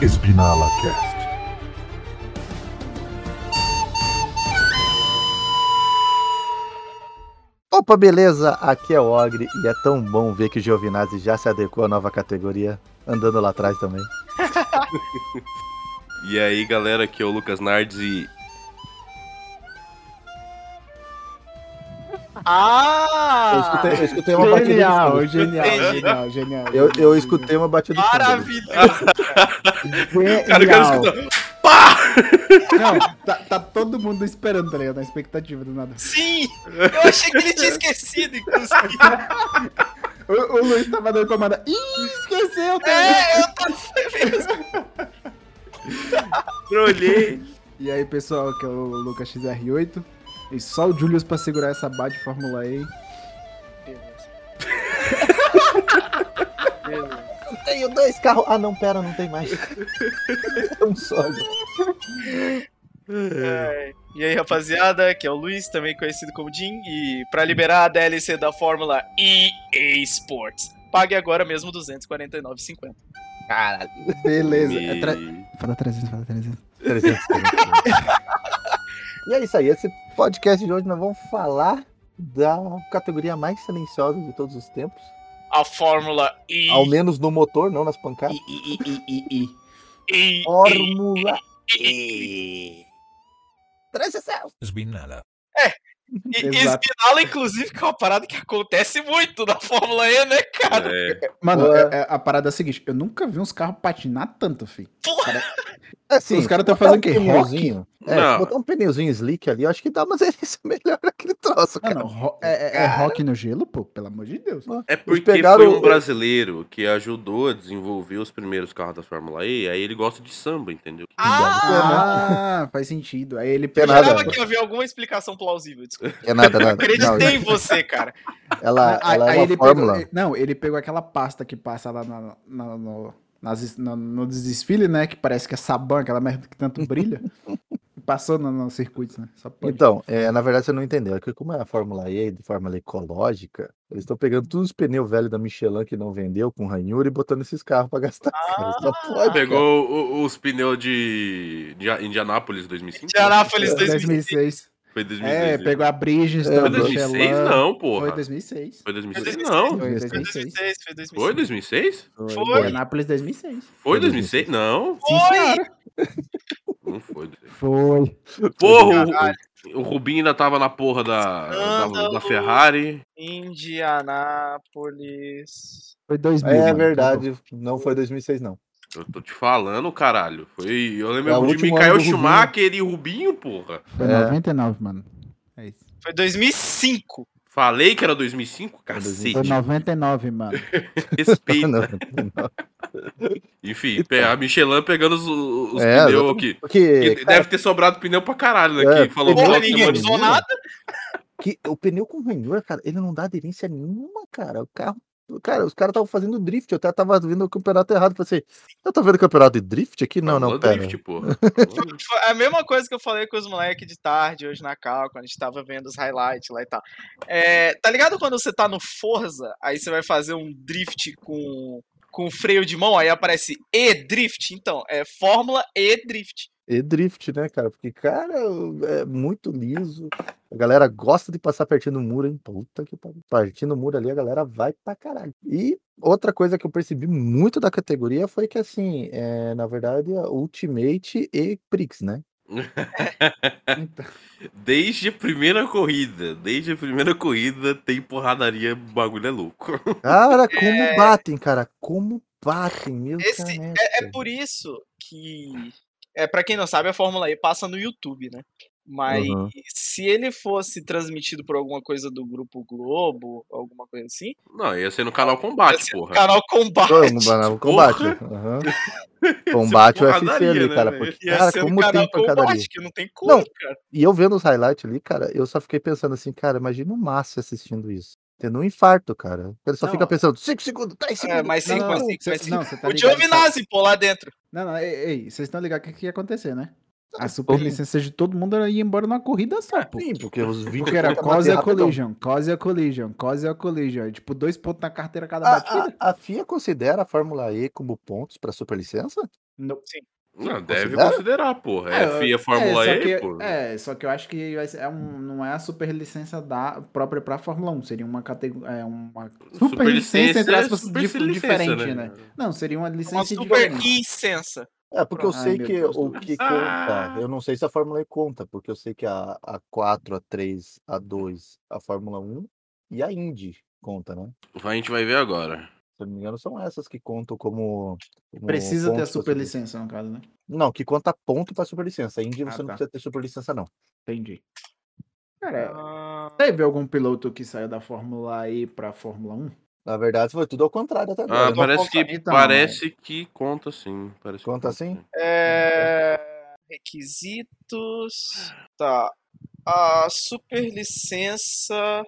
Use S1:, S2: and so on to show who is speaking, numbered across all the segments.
S1: Espinala Cast.
S2: Opa, beleza? Aqui é o Ogre e é tão bom ver que o Giovinazzi já se adequou à nova categoria, andando lá atrás também.
S3: E aí, galera, aqui é o Lucas Nardes e.
S2: Eu
S4: Ah!
S2: escutei, eu escutei uma batida de fundo.
S5: genial,
S3: Entendi.
S5: genial, genial.
S2: Eu, eu escutei uma batida de fundo.
S4: Maravilhoso!
S5: Genial.
S3: Cara, o cara escutou.
S5: Não, tá, tá todo mundo esperando, tá ligado? Na expectativa do nada.
S4: Sim! Eu achei que ele tinha esquecido, inclusive.
S5: O, o Luiz tava dando comanda. Ih, esqueceu, tá ligado?
S4: É, eu tava.
S3: Trolhei.
S5: E aí, pessoal, aqui é o Lucas XR8. E só o Julius pra segurar essa barra de Fórmula E.
S2: Eu tenho dois carros. Ah, não, pera, não tem mais. É um só.
S4: É. E aí, rapaziada, aqui é o Luiz, também conhecido como Jim. E pra liberar a DLC da Fórmula EA Sports, pague agora mesmo 249,50.
S2: Caralho.
S5: Beleza. É
S3: Me-
S5: tre- Fala 300, fala 300.
S2: 350. e é isso aí. Esse podcast de hoje nós vamos falar da categoria mais silenciosa de todos os tempos.
S4: A Fórmula E.
S2: Ao menos no motor, não nas pancadas.
S4: E- E-
S2: Fórmula
S4: E-
S2: Três céus.
S4: E
S5: Exato.
S4: Espinala, inclusive, que é uma parada que acontece muito na Fórmula E, né, cara?
S3: É,
S5: Mano,
S2: Ué.
S5: é- é- a parada é a seguinte: eu nunca vi uns carros patinar tanto, fi.
S2: Assim,
S5: Os caras tão
S2: botar
S5: fazendo o quê?
S2: Pneuzinho, é, se
S3: Não.
S2: botar um pneuzinho slick ali, eu acho que dá uma delícia melhor aquele troço, cara.
S5: Mano, ro- é, é- é rock no gelo, pô, pelo amor de Deus.
S3: é porque
S2: pegaram
S3: foi
S2: o-
S3: um brasileiro que ajudou a desenvolver os primeiros carros da Fórmula E, aí ele gosta de samba, entendeu?
S4: Ah!
S5: Ah, faz sentido. Aí ele
S2: Tem
S4: Eu
S5: pega.
S2: nada.
S4: achava que havia alguma explicação plausível, desculpa.
S2: É nada, nada. Não,
S4: Acreditei em você, cara.
S2: ela,
S5: Aí-
S2: ela
S5: Ah, aí
S2: é uma
S5: ele
S2: fórmula.
S5: Pegou, eh, não, ele pegou aquela pasta que passa lá na- na- no, nas es- no, no desfile, né? Que parece que é sabão, aquela merda que tanto brilha. E Passou no, no circuito, né? Só pode.
S2: Então, é, na verdade você não entendeu. É que como é a Fórmula E de forma ecológica, eles estão pegando todos os pneus velhos da Michelin que não vendeu com ranhura e botando esses carros pra gastar. cara. Só pode, cara.
S3: Ah, Pegou o- os pneus de, de Indianápolis 2005?
S4: Indianápolis
S5: É,
S4: 2006.
S5: 2006.
S3: Foi 2006.
S5: É,
S3: né?
S5: pegou a Bridges,
S2: É,
S3: Foi
S5: da
S3: 2006?
S5: Michelin.
S3: Não, porra.
S5: Foi 2006.
S3: Foi 2006?
S4: 2006.
S3: Não.
S5: Foi
S2: 2006.
S4: 2006, foi
S3: Foi
S4: 2006.
S3: 2006?
S4: Foi.
S5: Anápolis 2006.
S3: Foi 2006? Não.
S4: Foi.
S3: Não foi.
S5: Foi.
S3: Porra, o, Ah, o Rubinho ainda tava na porra da, da,
S4: Escândalo.
S3: da Ferrari.
S4: Indianápolis.
S5: Foi 2000.
S2: É
S5: mano.
S2: verdade, não foi 2006 não.
S3: Eu tô te falando, caralho. Foi, eu lembro
S2: É o
S3: de
S2: último
S3: Mikael
S2: ano do Rubinho.
S3: Schumacher e Rubinho, porra.
S5: Foi
S2: É.
S5: 99, mano. É isso.
S4: Foi 2005.
S3: Falei que era 2005? Cacete.
S5: Foi 99, mano.
S3: Respeito.
S2: Não, Então.
S3: Enfim, pe- a Michelin pegando os, os
S2: É,
S3: pneus aqui.
S2: Porque,
S3: E
S2: cara,
S3: Deve ter sobrado pneu pra caralho, né?
S2: É,
S3: que falou
S2: pneu
S3: "Nossa,
S4: Porra,
S2: que
S4: ninguém
S3: mano,
S2: bonito.
S4: usou nada.
S2: que o pneu com ranhura, cara, ele não dá aderência nenhuma, cara. O carro. Cara, os caras estavam fazendo drift, eu até tava vendo o campeonato errado. Falei assim, eu tô vendo o campeonato de drift aqui? Não, não,
S3: falou
S2: pera.
S3: drift, porra.
S4: Foi a mesma coisa que eu falei com os moleques de tarde hoje na Cal, quando a gente tava vendo os highlights lá e tal. É, tá ligado quando você tá no Forza, aí você vai fazer um drift com, com freio de mão, aí aparece E-Drift? Então, é Fórmula E-Drift.
S2: E drift, né, cara? Porque, cara, é muito liso. A galera gosta de passar pertinho do muro, hein? Puta que pariu. Partindo do muro ali, a galera vai pra caralho. E outra coisa que eu percebi muito da categoria foi que, assim, é, na verdade, a Ultimate e Prix, né?
S3: É Desde a primeira corrida, desde a primeira corrida tem porradaria, o bagulho é louco.
S2: Cara, como batem, cara. Como batem, meu
S4: É, Esse-
S2: caneco.
S4: É por isso que. É, para quem não sabe, a Fórmula E passa no YouTube, né? Mas
S2: Uhum.
S4: se ele fosse transmitido por alguma coisa do Grupo Globo, alguma coisa assim, um
S3: Não, ia ser no canal Combate, porra.
S4: canal Combate.
S2: Foi um banal combate. aham. Combate
S3: Isso é
S2: UFC ali,
S3: porradaria,
S2: cara.
S3: né,
S2: Porque,
S4: Ia
S2: cara,
S4: ser no
S2: como tem
S4: canal
S2: pancadaria.
S4: Combate, que não tem como,
S2: Não,
S4: cara.
S2: E eu vendo os highlights ali, cara, eu só fiquei pensando assim, cara, imagina o Márcio assistindo isso. Tendo um infarto, cara. Ele só
S5: Não,
S2: fica
S5: ó.
S2: pensando, 5 segundos, 10
S4: É,
S2: segundos.
S4: mas
S5: Não,
S4: sim,
S5: não,
S4: mas
S5: não,
S4: sim,
S5: cê-
S4: mas sim.
S5: não, cê tá
S4: O
S5: ligado, sabe?
S4: Giovinazzi, pô, lá dentro.
S5: Não, não, ei, ei, vocês estão ligados o que, que ia acontecer, né? A super licença de todo mundo ia embora numa corrida só, pô.
S2: Sim, porque os 20
S5: Porque era
S2: pontos pra bater
S5: Cosia
S2: rapidão.
S5: Collision, Cosia Collision, Cosia Collision. É Tipo, dois pontos na carteira cada
S2: A,
S5: batida.
S2: a- a FIA considera a Fórmula E como pontos para superlicença?
S5: Não.
S3: Não, deve
S2: Considera?
S3: considerar, porra. É,
S5: eu-
S3: FIA Fórmula
S5: só
S3: E,
S5: que-
S3: porra.
S5: É, só que eu acho que vai ser- é um- não é a super licença da, própria pra Fórmula 1, seria uma categoria. uma super, licença, é entre aspas,
S3: super
S5: dif-
S3: licença,
S5: diferente, né? Não, seria uma
S4: Uma
S5: licença
S4: super
S5: diferente.
S4: licença.
S2: É, porque eu
S5: Ai,
S2: sei
S5: meu
S2: que
S5: Deus
S2: o
S5: do Ah!
S2: que
S3: céu.
S2: conta, eu não sei se a Fórmula E conta, porque eu sei que a, a 4, a 3, a 2, a Fórmula 1 e a Indy conta, né?
S3: Vai, A gente vai ver agora.
S2: Se eu não me engano, são essas que contam como. como
S5: Precisa
S2: ponto
S5: ter a
S2: pra
S5: super licença, no caso, né?
S2: Não, que conta ponto pra superlicença. A Indy
S5: Ah,
S2: você não
S5: tá.
S2: precisa ter superlicença, não.
S5: Entendi. Cara,
S4: Ah,
S5: teve algum piloto que saiu da Fórmula E pra Fórmula 1?
S2: Na verdade, foi tudo ao contrário até agora.
S3: Ah,
S2: né?
S3: parece
S5: conta.
S3: que,
S5: Então,
S3: parece que conta sim. Parece que
S2: Conta sim?
S4: é, Requisitos. Tá. A super licença.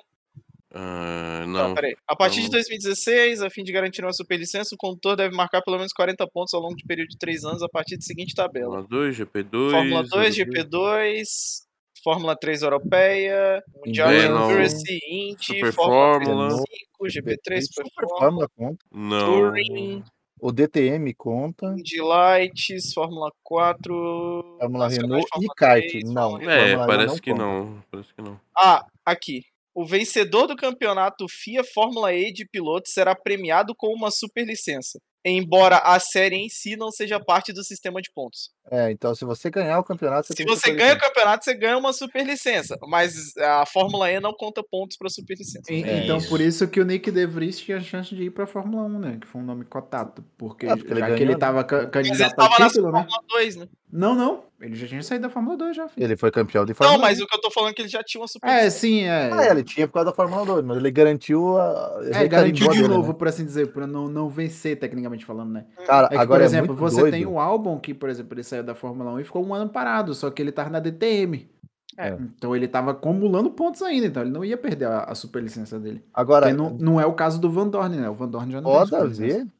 S3: Ah,
S4: Não,
S3: não.
S4: peraí. A partir de
S3: não.
S4: 2016, a fim de garantir uma super licença, o condutor deve marcar pelo menos 40 pontos ao longo de um período de 3 anos a partir da seguinte tabela.
S3: Fórmula 2, GP2.
S4: Fórmula 2,
S3: Euro-
S4: GP2, Fórmula 3 Europeia, Mundial
S3: Bem, não.
S4: Endurance, Indy,
S3: Super
S4: Fórmula
S3: Fórmula.
S4: 35, GP3,
S2: Super
S4: Super Fórmula,
S2: Fórmula conta.
S3: Não.
S4: Touring,
S2: O DTM conta.
S4: Indy Lights, Fórmula 4,
S2: Fórmula
S4: Nacional de
S2: Renault e
S4: Fórmula
S2: kart.
S4: 3,
S2: Não.
S4: Fórmula-
S3: É,
S2: Fórmula E
S3: parece que
S2: conta.
S3: não. Parece que não.
S4: Ah, aqui. O vencedor do campeonato FIA Fórmula E de pilotos será premiado com uma superlicença, embora a série em si não seja parte do sistema de pontos.
S2: É, então se você ganhar o campeonato, você
S4: Se
S2: tem
S4: você ganha o
S2: superlicença.
S4: campeonato, você ganha uma superlicença. Mas a Fórmula E não conta pontos para superlicença.
S5: E-
S2: É
S5: então,
S3: isso.
S5: por isso que o Nick De Vries tinha a chance de ir pra Fórmula 1, né? Que foi um nome cotado. Porque,
S2: É, porque ele
S5: já que
S2: ganhou,
S5: ele
S2: né?
S5: tava ca-
S4: Mas ele
S5: candidato
S4: tava na
S5: ao título, né?
S4: Fórmula 2, né?
S5: Não, não. Ele já tinha saído da Fórmula 2 já, filho.
S2: Ele foi campeão de Fórmula um.
S4: Não, mas o que eu tô falando é que ele já tinha uma
S5: É,
S4: superlicença.
S5: sim, é.
S2: Ah, é, ele tinha por causa da Fórmula 2, mas ele garantiu a.
S5: É, garantiu
S2: recarimbou
S5: de
S2: dele,
S5: novo,
S2: né?
S5: por assim dizer, pra não, não vencer, tecnicamente falando, né?
S2: Cara,
S5: É que,
S2: agora
S5: por exemplo,
S2: é muito
S5: você
S2: doido.
S5: tem um- o álbum que, por exemplo, ele saiu da Fórmula 1 e ficou um ano parado, só que ele tava na DTM.
S2: É.
S5: Então ele tava acumulando pontos ainda, então ele não ia perder a, a superlicença dele.
S2: Agora,
S5: Porque não, não é o caso do Van Dorn, né? O Van Dorn já não
S2: pode
S5: tem superlicença.
S2: haver.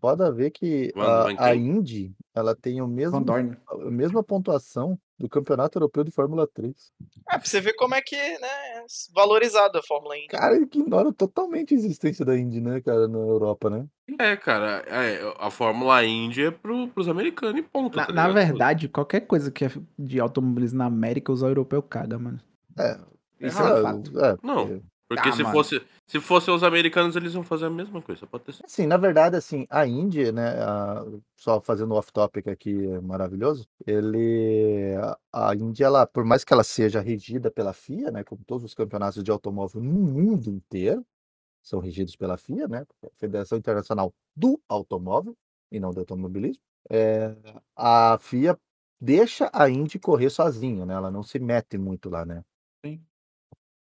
S2: Pode haver que
S3: Van
S2: a-
S3: Dorn
S2: a,
S3: quem?
S2: Indy ela tem o
S5: Van
S2: mesmo,
S5: Dorn.
S2: a mesma pontuação do Campeonato Europeu de Fórmula 3.
S4: É, pra você ver como é que né, é valorizada a Fórmula E.
S2: Cara, eles ignoram totalmente a existência da Indy, né, cara, na Europa, né?
S3: É, cara. é, a Fórmula Indy é pro, pros americanos e ponto.
S5: Na,
S3: tá
S5: na
S3: ligado?
S5: verdade, qualquer coisa que é de automobilismo na América, os europeus cagam, mano.
S2: É.
S5: Isso
S2: Ah,
S5: é fato.
S2: é,
S3: Não.
S2: porque-
S3: Porque
S5: Ah,
S3: se,
S5: mano.
S3: fosse, se fossem os americanos, eles iam fazer a mesma coisa. Pode ter certeza.
S2: Assim, na verdade, assim, a Indy, né, a- só fazendo off-topic aqui, é maravilhoso, ele, a- a Indy, ela, por mais que ela seja regida pela FIA, né, como todos os campeonatos de automóvel no mundo inteiro, são regidos pela FIA, né, Federação Internacional do Automóvel, e não do automobilismo, é, a FIA deixa a Indy correr sozinha, né, ela não se mete muito lá, né.
S5: Sim.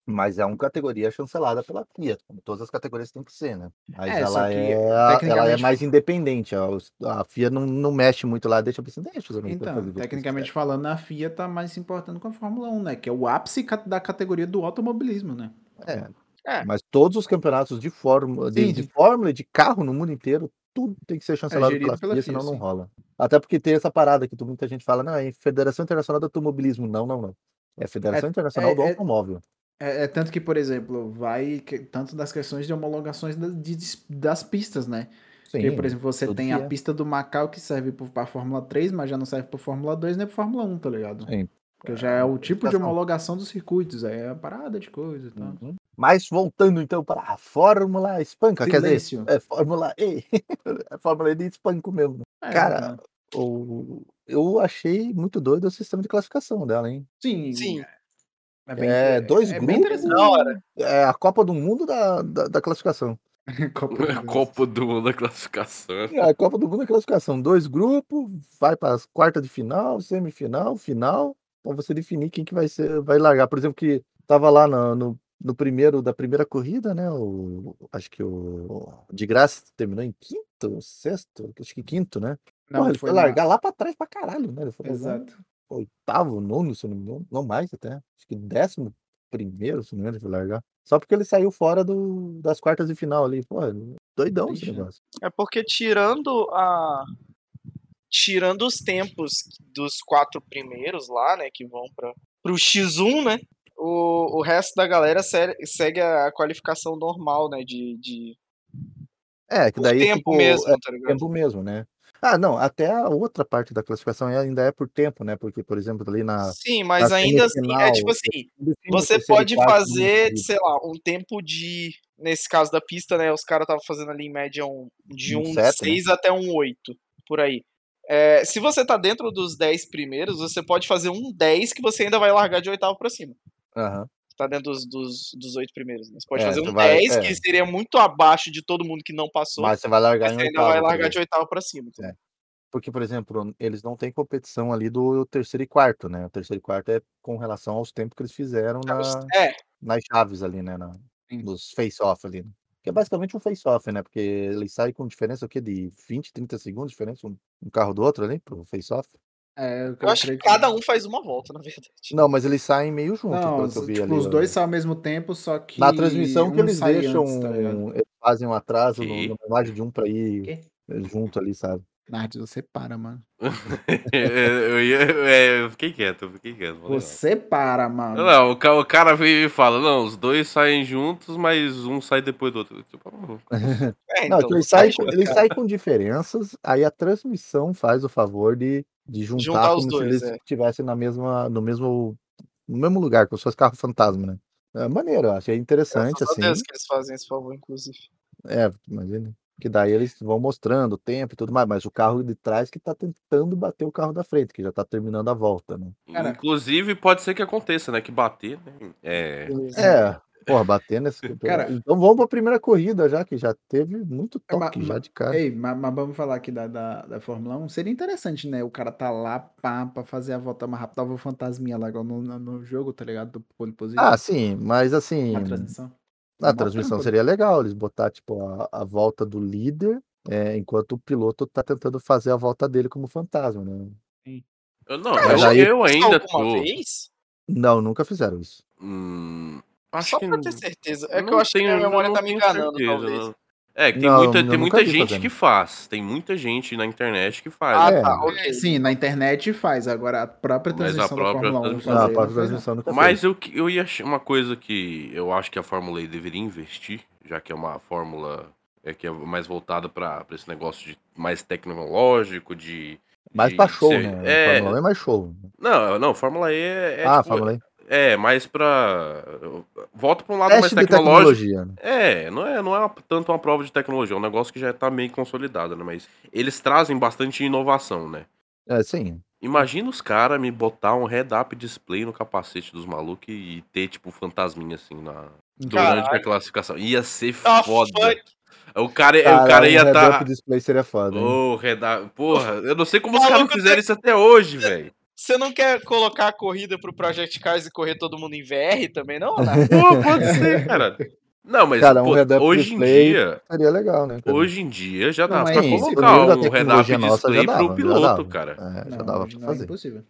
S2: Mas é uma categoria chancelada pela FIA, como todas as categorias têm que ser, né? Mas
S5: É, só
S2: ela
S5: que,
S2: é a- ela é
S5: tecnicamente-
S2: mais independente. A, os- a FIA não, não mexe muito lá, deixa pra deixa os americanos
S5: Então,
S2: fazerem o que eles
S5: tecnicamente falando, a FIA tá mais se importando com a Fórmula 1, né? Que é o ápice ca- da categoria do automobilismo, né?
S2: quiserem. É.
S4: É.
S2: Mas todos os campeonatos de fórmula, de,
S5: Sim,
S2: de
S5: sim. É
S2: fórmula e de carro no mundo inteiro, tudo tem que ser chancelado
S5: gerido
S2: pela,
S5: pela
S2: FIA,
S5: FIA,
S2: senão não
S5: sim.
S2: rola. Até porque tem essa parada que tu- muita gente fala, não, é Federação Internacional do Automobilismo. Não, não, não. É a Federação Internacional
S5: é-
S2: do
S5: é-
S2: Automóvel.
S5: É, é tanto que, por exemplo, vai que- tanto das questões de homologações da- de- de- das pistas, né?
S2: Sim.
S5: Porque, por exemplo, você
S2: tudo
S5: tem
S2: que
S5: a
S2: é.
S5: pista do Macau que serve pro- pra Fórmula 3, mas já não serve pra Fórmula 2 nem pra Fórmula 1, tá ligado?
S2: Sim.
S5: Porque já é o tipo de
S2: Classificação.
S5: homologação dos circuitos, aí é a parada de coisa e tal.
S2: Uhum. Mas voltando então para a Fórmula Espanca, quer dizer,
S5: Silêncio.
S2: é Fórmula E. É Fórmula E de espanco mesmo. né?
S5: É,
S2: Cara,
S5: tá.
S2: O- eu achei muito doido o sistema de classificação dela, hein?
S5: sim.
S4: Sim.
S5: É,
S2: É, dois
S5: é
S2: grupos.
S5: bem interessante.
S4: Da hora.
S2: É a Copa do Mundo da, da, da classificação.
S5: Copa do Mundo.
S3: Copa do Mundo da classificação.
S2: É a Copa do Mundo da classificação. Dois grupos, vai para as quartas de final, semifinal, final, para você definir quem que vai ser, vai largar. Por exemplo, que tava lá na- no, no primeiro da primeira corrida, né? O, acho que o de graça terminou em quinto, sexto, acho que quinto, né?
S5: Não,
S2: Porra, ele foi,
S5: foi na-
S2: largar lá para trás para caralho, né? Ele foi largar
S5: Exato.
S2: oitavo, nono, se eu não me engano, não mais até, acho que décimo primeiro, se não me engano, ele foi largar. Só porque ele saiu fora do, das quartas de final ali. Pô, doidão
S5: Triste,
S2: esse
S5: né?
S2: negócio.
S4: É porque tirando a. Tirando os tempos dos quatro primeiros lá, né? Que vão para pro X1, né? O, o resto da galera se- segue a qualificação normal, né? De, de
S2: É, que
S4: por
S2: daí,
S4: tempo
S2: tipo,
S4: mesmo,
S2: é
S4: tá ligado?
S2: tempo mesmo, né? Ah, não, até a outra parte da classificação ainda é por tempo, né? Porque, por exemplo, ali na.
S4: Sim, mas
S2: na
S4: ainda assim, é
S2: ah, semifinal,
S4: tipo assim,
S2: Define o
S4: você
S2: terceiro e
S4: pode
S2: quarto,
S4: fazer,
S2: né?
S4: sei lá, um tempo de. Nesse caso da pista, né? Os caras estavam fazendo ali em média um, de
S2: Um
S4: um
S2: sete,
S4: 6 até um 8, por aí. É, se você tá dentro dos 10 primeiros, você pode fazer um 10 que você ainda vai largar de oitavo pra cima.
S2: Aham.
S4: Tá dentro dos, dos, dos 8 primeiros. Né? Você pode
S2: É,
S4: fazer
S2: você
S4: um
S2: vai-
S4: 10,
S2: é.
S4: que seria muito abaixo de todo mundo que não passou, mas,
S2: Mas você vai largar em
S4: você ainda
S2: oitavo,
S4: vai
S2: por
S4: largar
S2: exemplo.
S4: de oitavo pra cima. entendeu?
S2: Porque, por exemplo, eles não têm competição ali do terceiro e quarto, né? O terceiro e quarto é com relação aos tempos que eles fizeram na,
S4: É,
S2: nas chaves ali, né? Na,
S5: Sim.
S2: nos face-off ali. né? Que é basicamente um face-off, né? Porque eles saem com diferença o quê? De 20, 30 segundos, diferença um, um carro do outro ali pro face-off?
S5: É,
S4: eu acho que
S5: creio
S4: cada um faz uma volta, na verdade.
S2: Não, mas eles saem meio junto,
S5: Não,
S2: pelo que eu vi
S5: tipo,
S2: ali.
S5: os
S2: ó.
S5: dois saem ao mesmo tempo, só que.
S2: Na transmissão que
S5: um
S2: eles
S5: sai
S2: deixam,
S5: antes, tá ligado?
S2: eles fazem um atraso no,
S3: Que?
S2: na imagem de um pra ir
S5: Que?
S2: eh, junto ali, sabe?
S5: Nardes, você para, mano.
S3: eu, ia- é, eu fiquei quieto, eu fiquei quieto. falei não.
S5: Você para, mano.
S3: Não, o ca- o cara vem e fala, não, os dois saem juntos, mas um sai depois do outro. Tipo, ah,
S4: É,
S2: Não,
S4: então,
S2: que eles
S4: você
S2: saem
S4: acha-
S2: com, eles saem com diferenças, aí a transmissão faz o favor de, de juntar,
S4: Juntar os
S2: como
S4: dois,
S2: se
S4: é.
S2: eles estivessem na mesma, no, mesmo, no mesmo lugar, com os seus carros fantasma, né? É maneiro, eu achei interessante,
S4: Graças a
S2: assim.
S4: Deus que eles fazem esse favor, inclusive.
S2: É, imagina. Que daí eles vão mostrando o tempo e tudo mais, mas o carro de trás que tá tentando bater o carro da frente, que já tá terminando a volta, né?
S5: Cara.
S3: Inclusive, pode ser que aconteça, né? Que bater, né? É.
S2: É, porra, batendo esse.
S5: Cara-
S2: então vamos pra primeira corrida já, que já teve muito
S5: É, ma-
S2: toque já
S5: ma-
S2: de cara.
S5: Ei, mas, mas vamos falar aqui da, da, da Fórmula 1. Seria interessante, né? O cara tá lá pá, pra fazer a volta mais rápida. Tava o fantasminha lá igual no, no, no jogo, tá ligado? Do pole position.
S2: Ah, sim, mas assim.
S5: na transmissão.
S2: A
S5: Bom
S2: transmissão
S5: trampo, né?
S2: seria legal, eles botar tipo a, a volta do líder, é, enquanto o piloto tá tentando fazer a volta dele como fantasma, né?
S3: Eu, não,
S2: Mas
S3: eu,
S2: aí-
S3: eu
S4: Isso
S3: ainda
S4: alguma
S3: tô.
S4: vez?
S2: Não, nunca fizeram isso.
S3: Hum, acho
S4: Só
S3: que
S4: pra
S3: não-
S4: ter certeza. É que
S3: não
S4: eu acho que
S3: tenho-
S4: minha memória
S3: não
S4: tá me
S3: tenho
S4: enganando,
S3: certeza,
S4: talvez.
S3: não. É, que tem
S2: Não,
S3: muita,
S2: eu nunca
S3: tem muita
S2: vi
S3: gente
S2: fazendo.
S3: que faz. Tem muita gente na internet que faz.
S4: Ah,
S2: É.
S4: tá, ok.
S5: Sim, na internet faz. Agora a própria
S3: Mas a
S5: transmissão
S3: própria
S5: da Fórmula 1
S3: transmissão-
S5: fazer, né?
S2: Não, a
S5: não
S2: própria
S5: fez,
S2: Ah, transmissão nunca
S3: Mas eu, que- eu ia achar uma coisa que eu acho que a Fórmula E deveria investir, já que é uma fórmula é que é mais voltada para esse negócio de mais tecnológico, de.
S2: fez. Mais
S3: de
S2: pra show,
S3: ser-
S2: né?
S3: É,
S2: Fórmula 1 é mais show.
S3: não, não, Fórmula E é. é
S2: ah,
S3: tipo,
S2: Fórmula 1.
S3: É, mais pra. Volta pra um lado mais
S2: Teste de
S3: tecnológico.
S2: tecnologia. né?
S3: É, não é, não é uma- tanto uma prova de tecnologia, é um negócio que já tá meio consolidado, né? Mas eles trazem bastante inovação, né?
S2: É, sim.
S3: Imagina os caras me botar um head-up display no capacete dos malucos e ter, tipo, fantasminha assim na. Durante a
S4: Caralho.
S3: classificação. Ia ser
S4: Ah,
S3: foda.
S4: fuck.
S3: O cara, É, o cara
S2: Caralho,
S3: ia
S2: um
S3: estar.
S2: head-up
S3: Tá...
S2: display seria foda, hein?
S3: Ô, head-up. Porra, eu não sei como os caras
S4: Maluco,
S3: fizeram isso até hoje, velho.
S4: Você não quer colocar a corrida pro Project Cars e correr todo mundo em VR também, não, né?
S3: Pô, pode ser, cara. Não, mas
S2: Cara, um
S3: pô,
S2: head-up
S3: hoje
S2: display,
S3: em dia.
S2: Seria legal, né? cara?
S3: Hoje em dia já
S5: Não,
S3: dá
S5: mas
S3: pra
S5: isso,
S2: nível da
S3: colocar um head-up
S2: tecnologia
S3: display
S2: nossa já dava,
S3: pro
S2: já
S3: piloto,
S2: dava.
S3: cara.
S2: É, já
S5: Não,
S2: dava
S5: hoje
S2: pra
S5: não é
S2: fazer.
S5: impossível.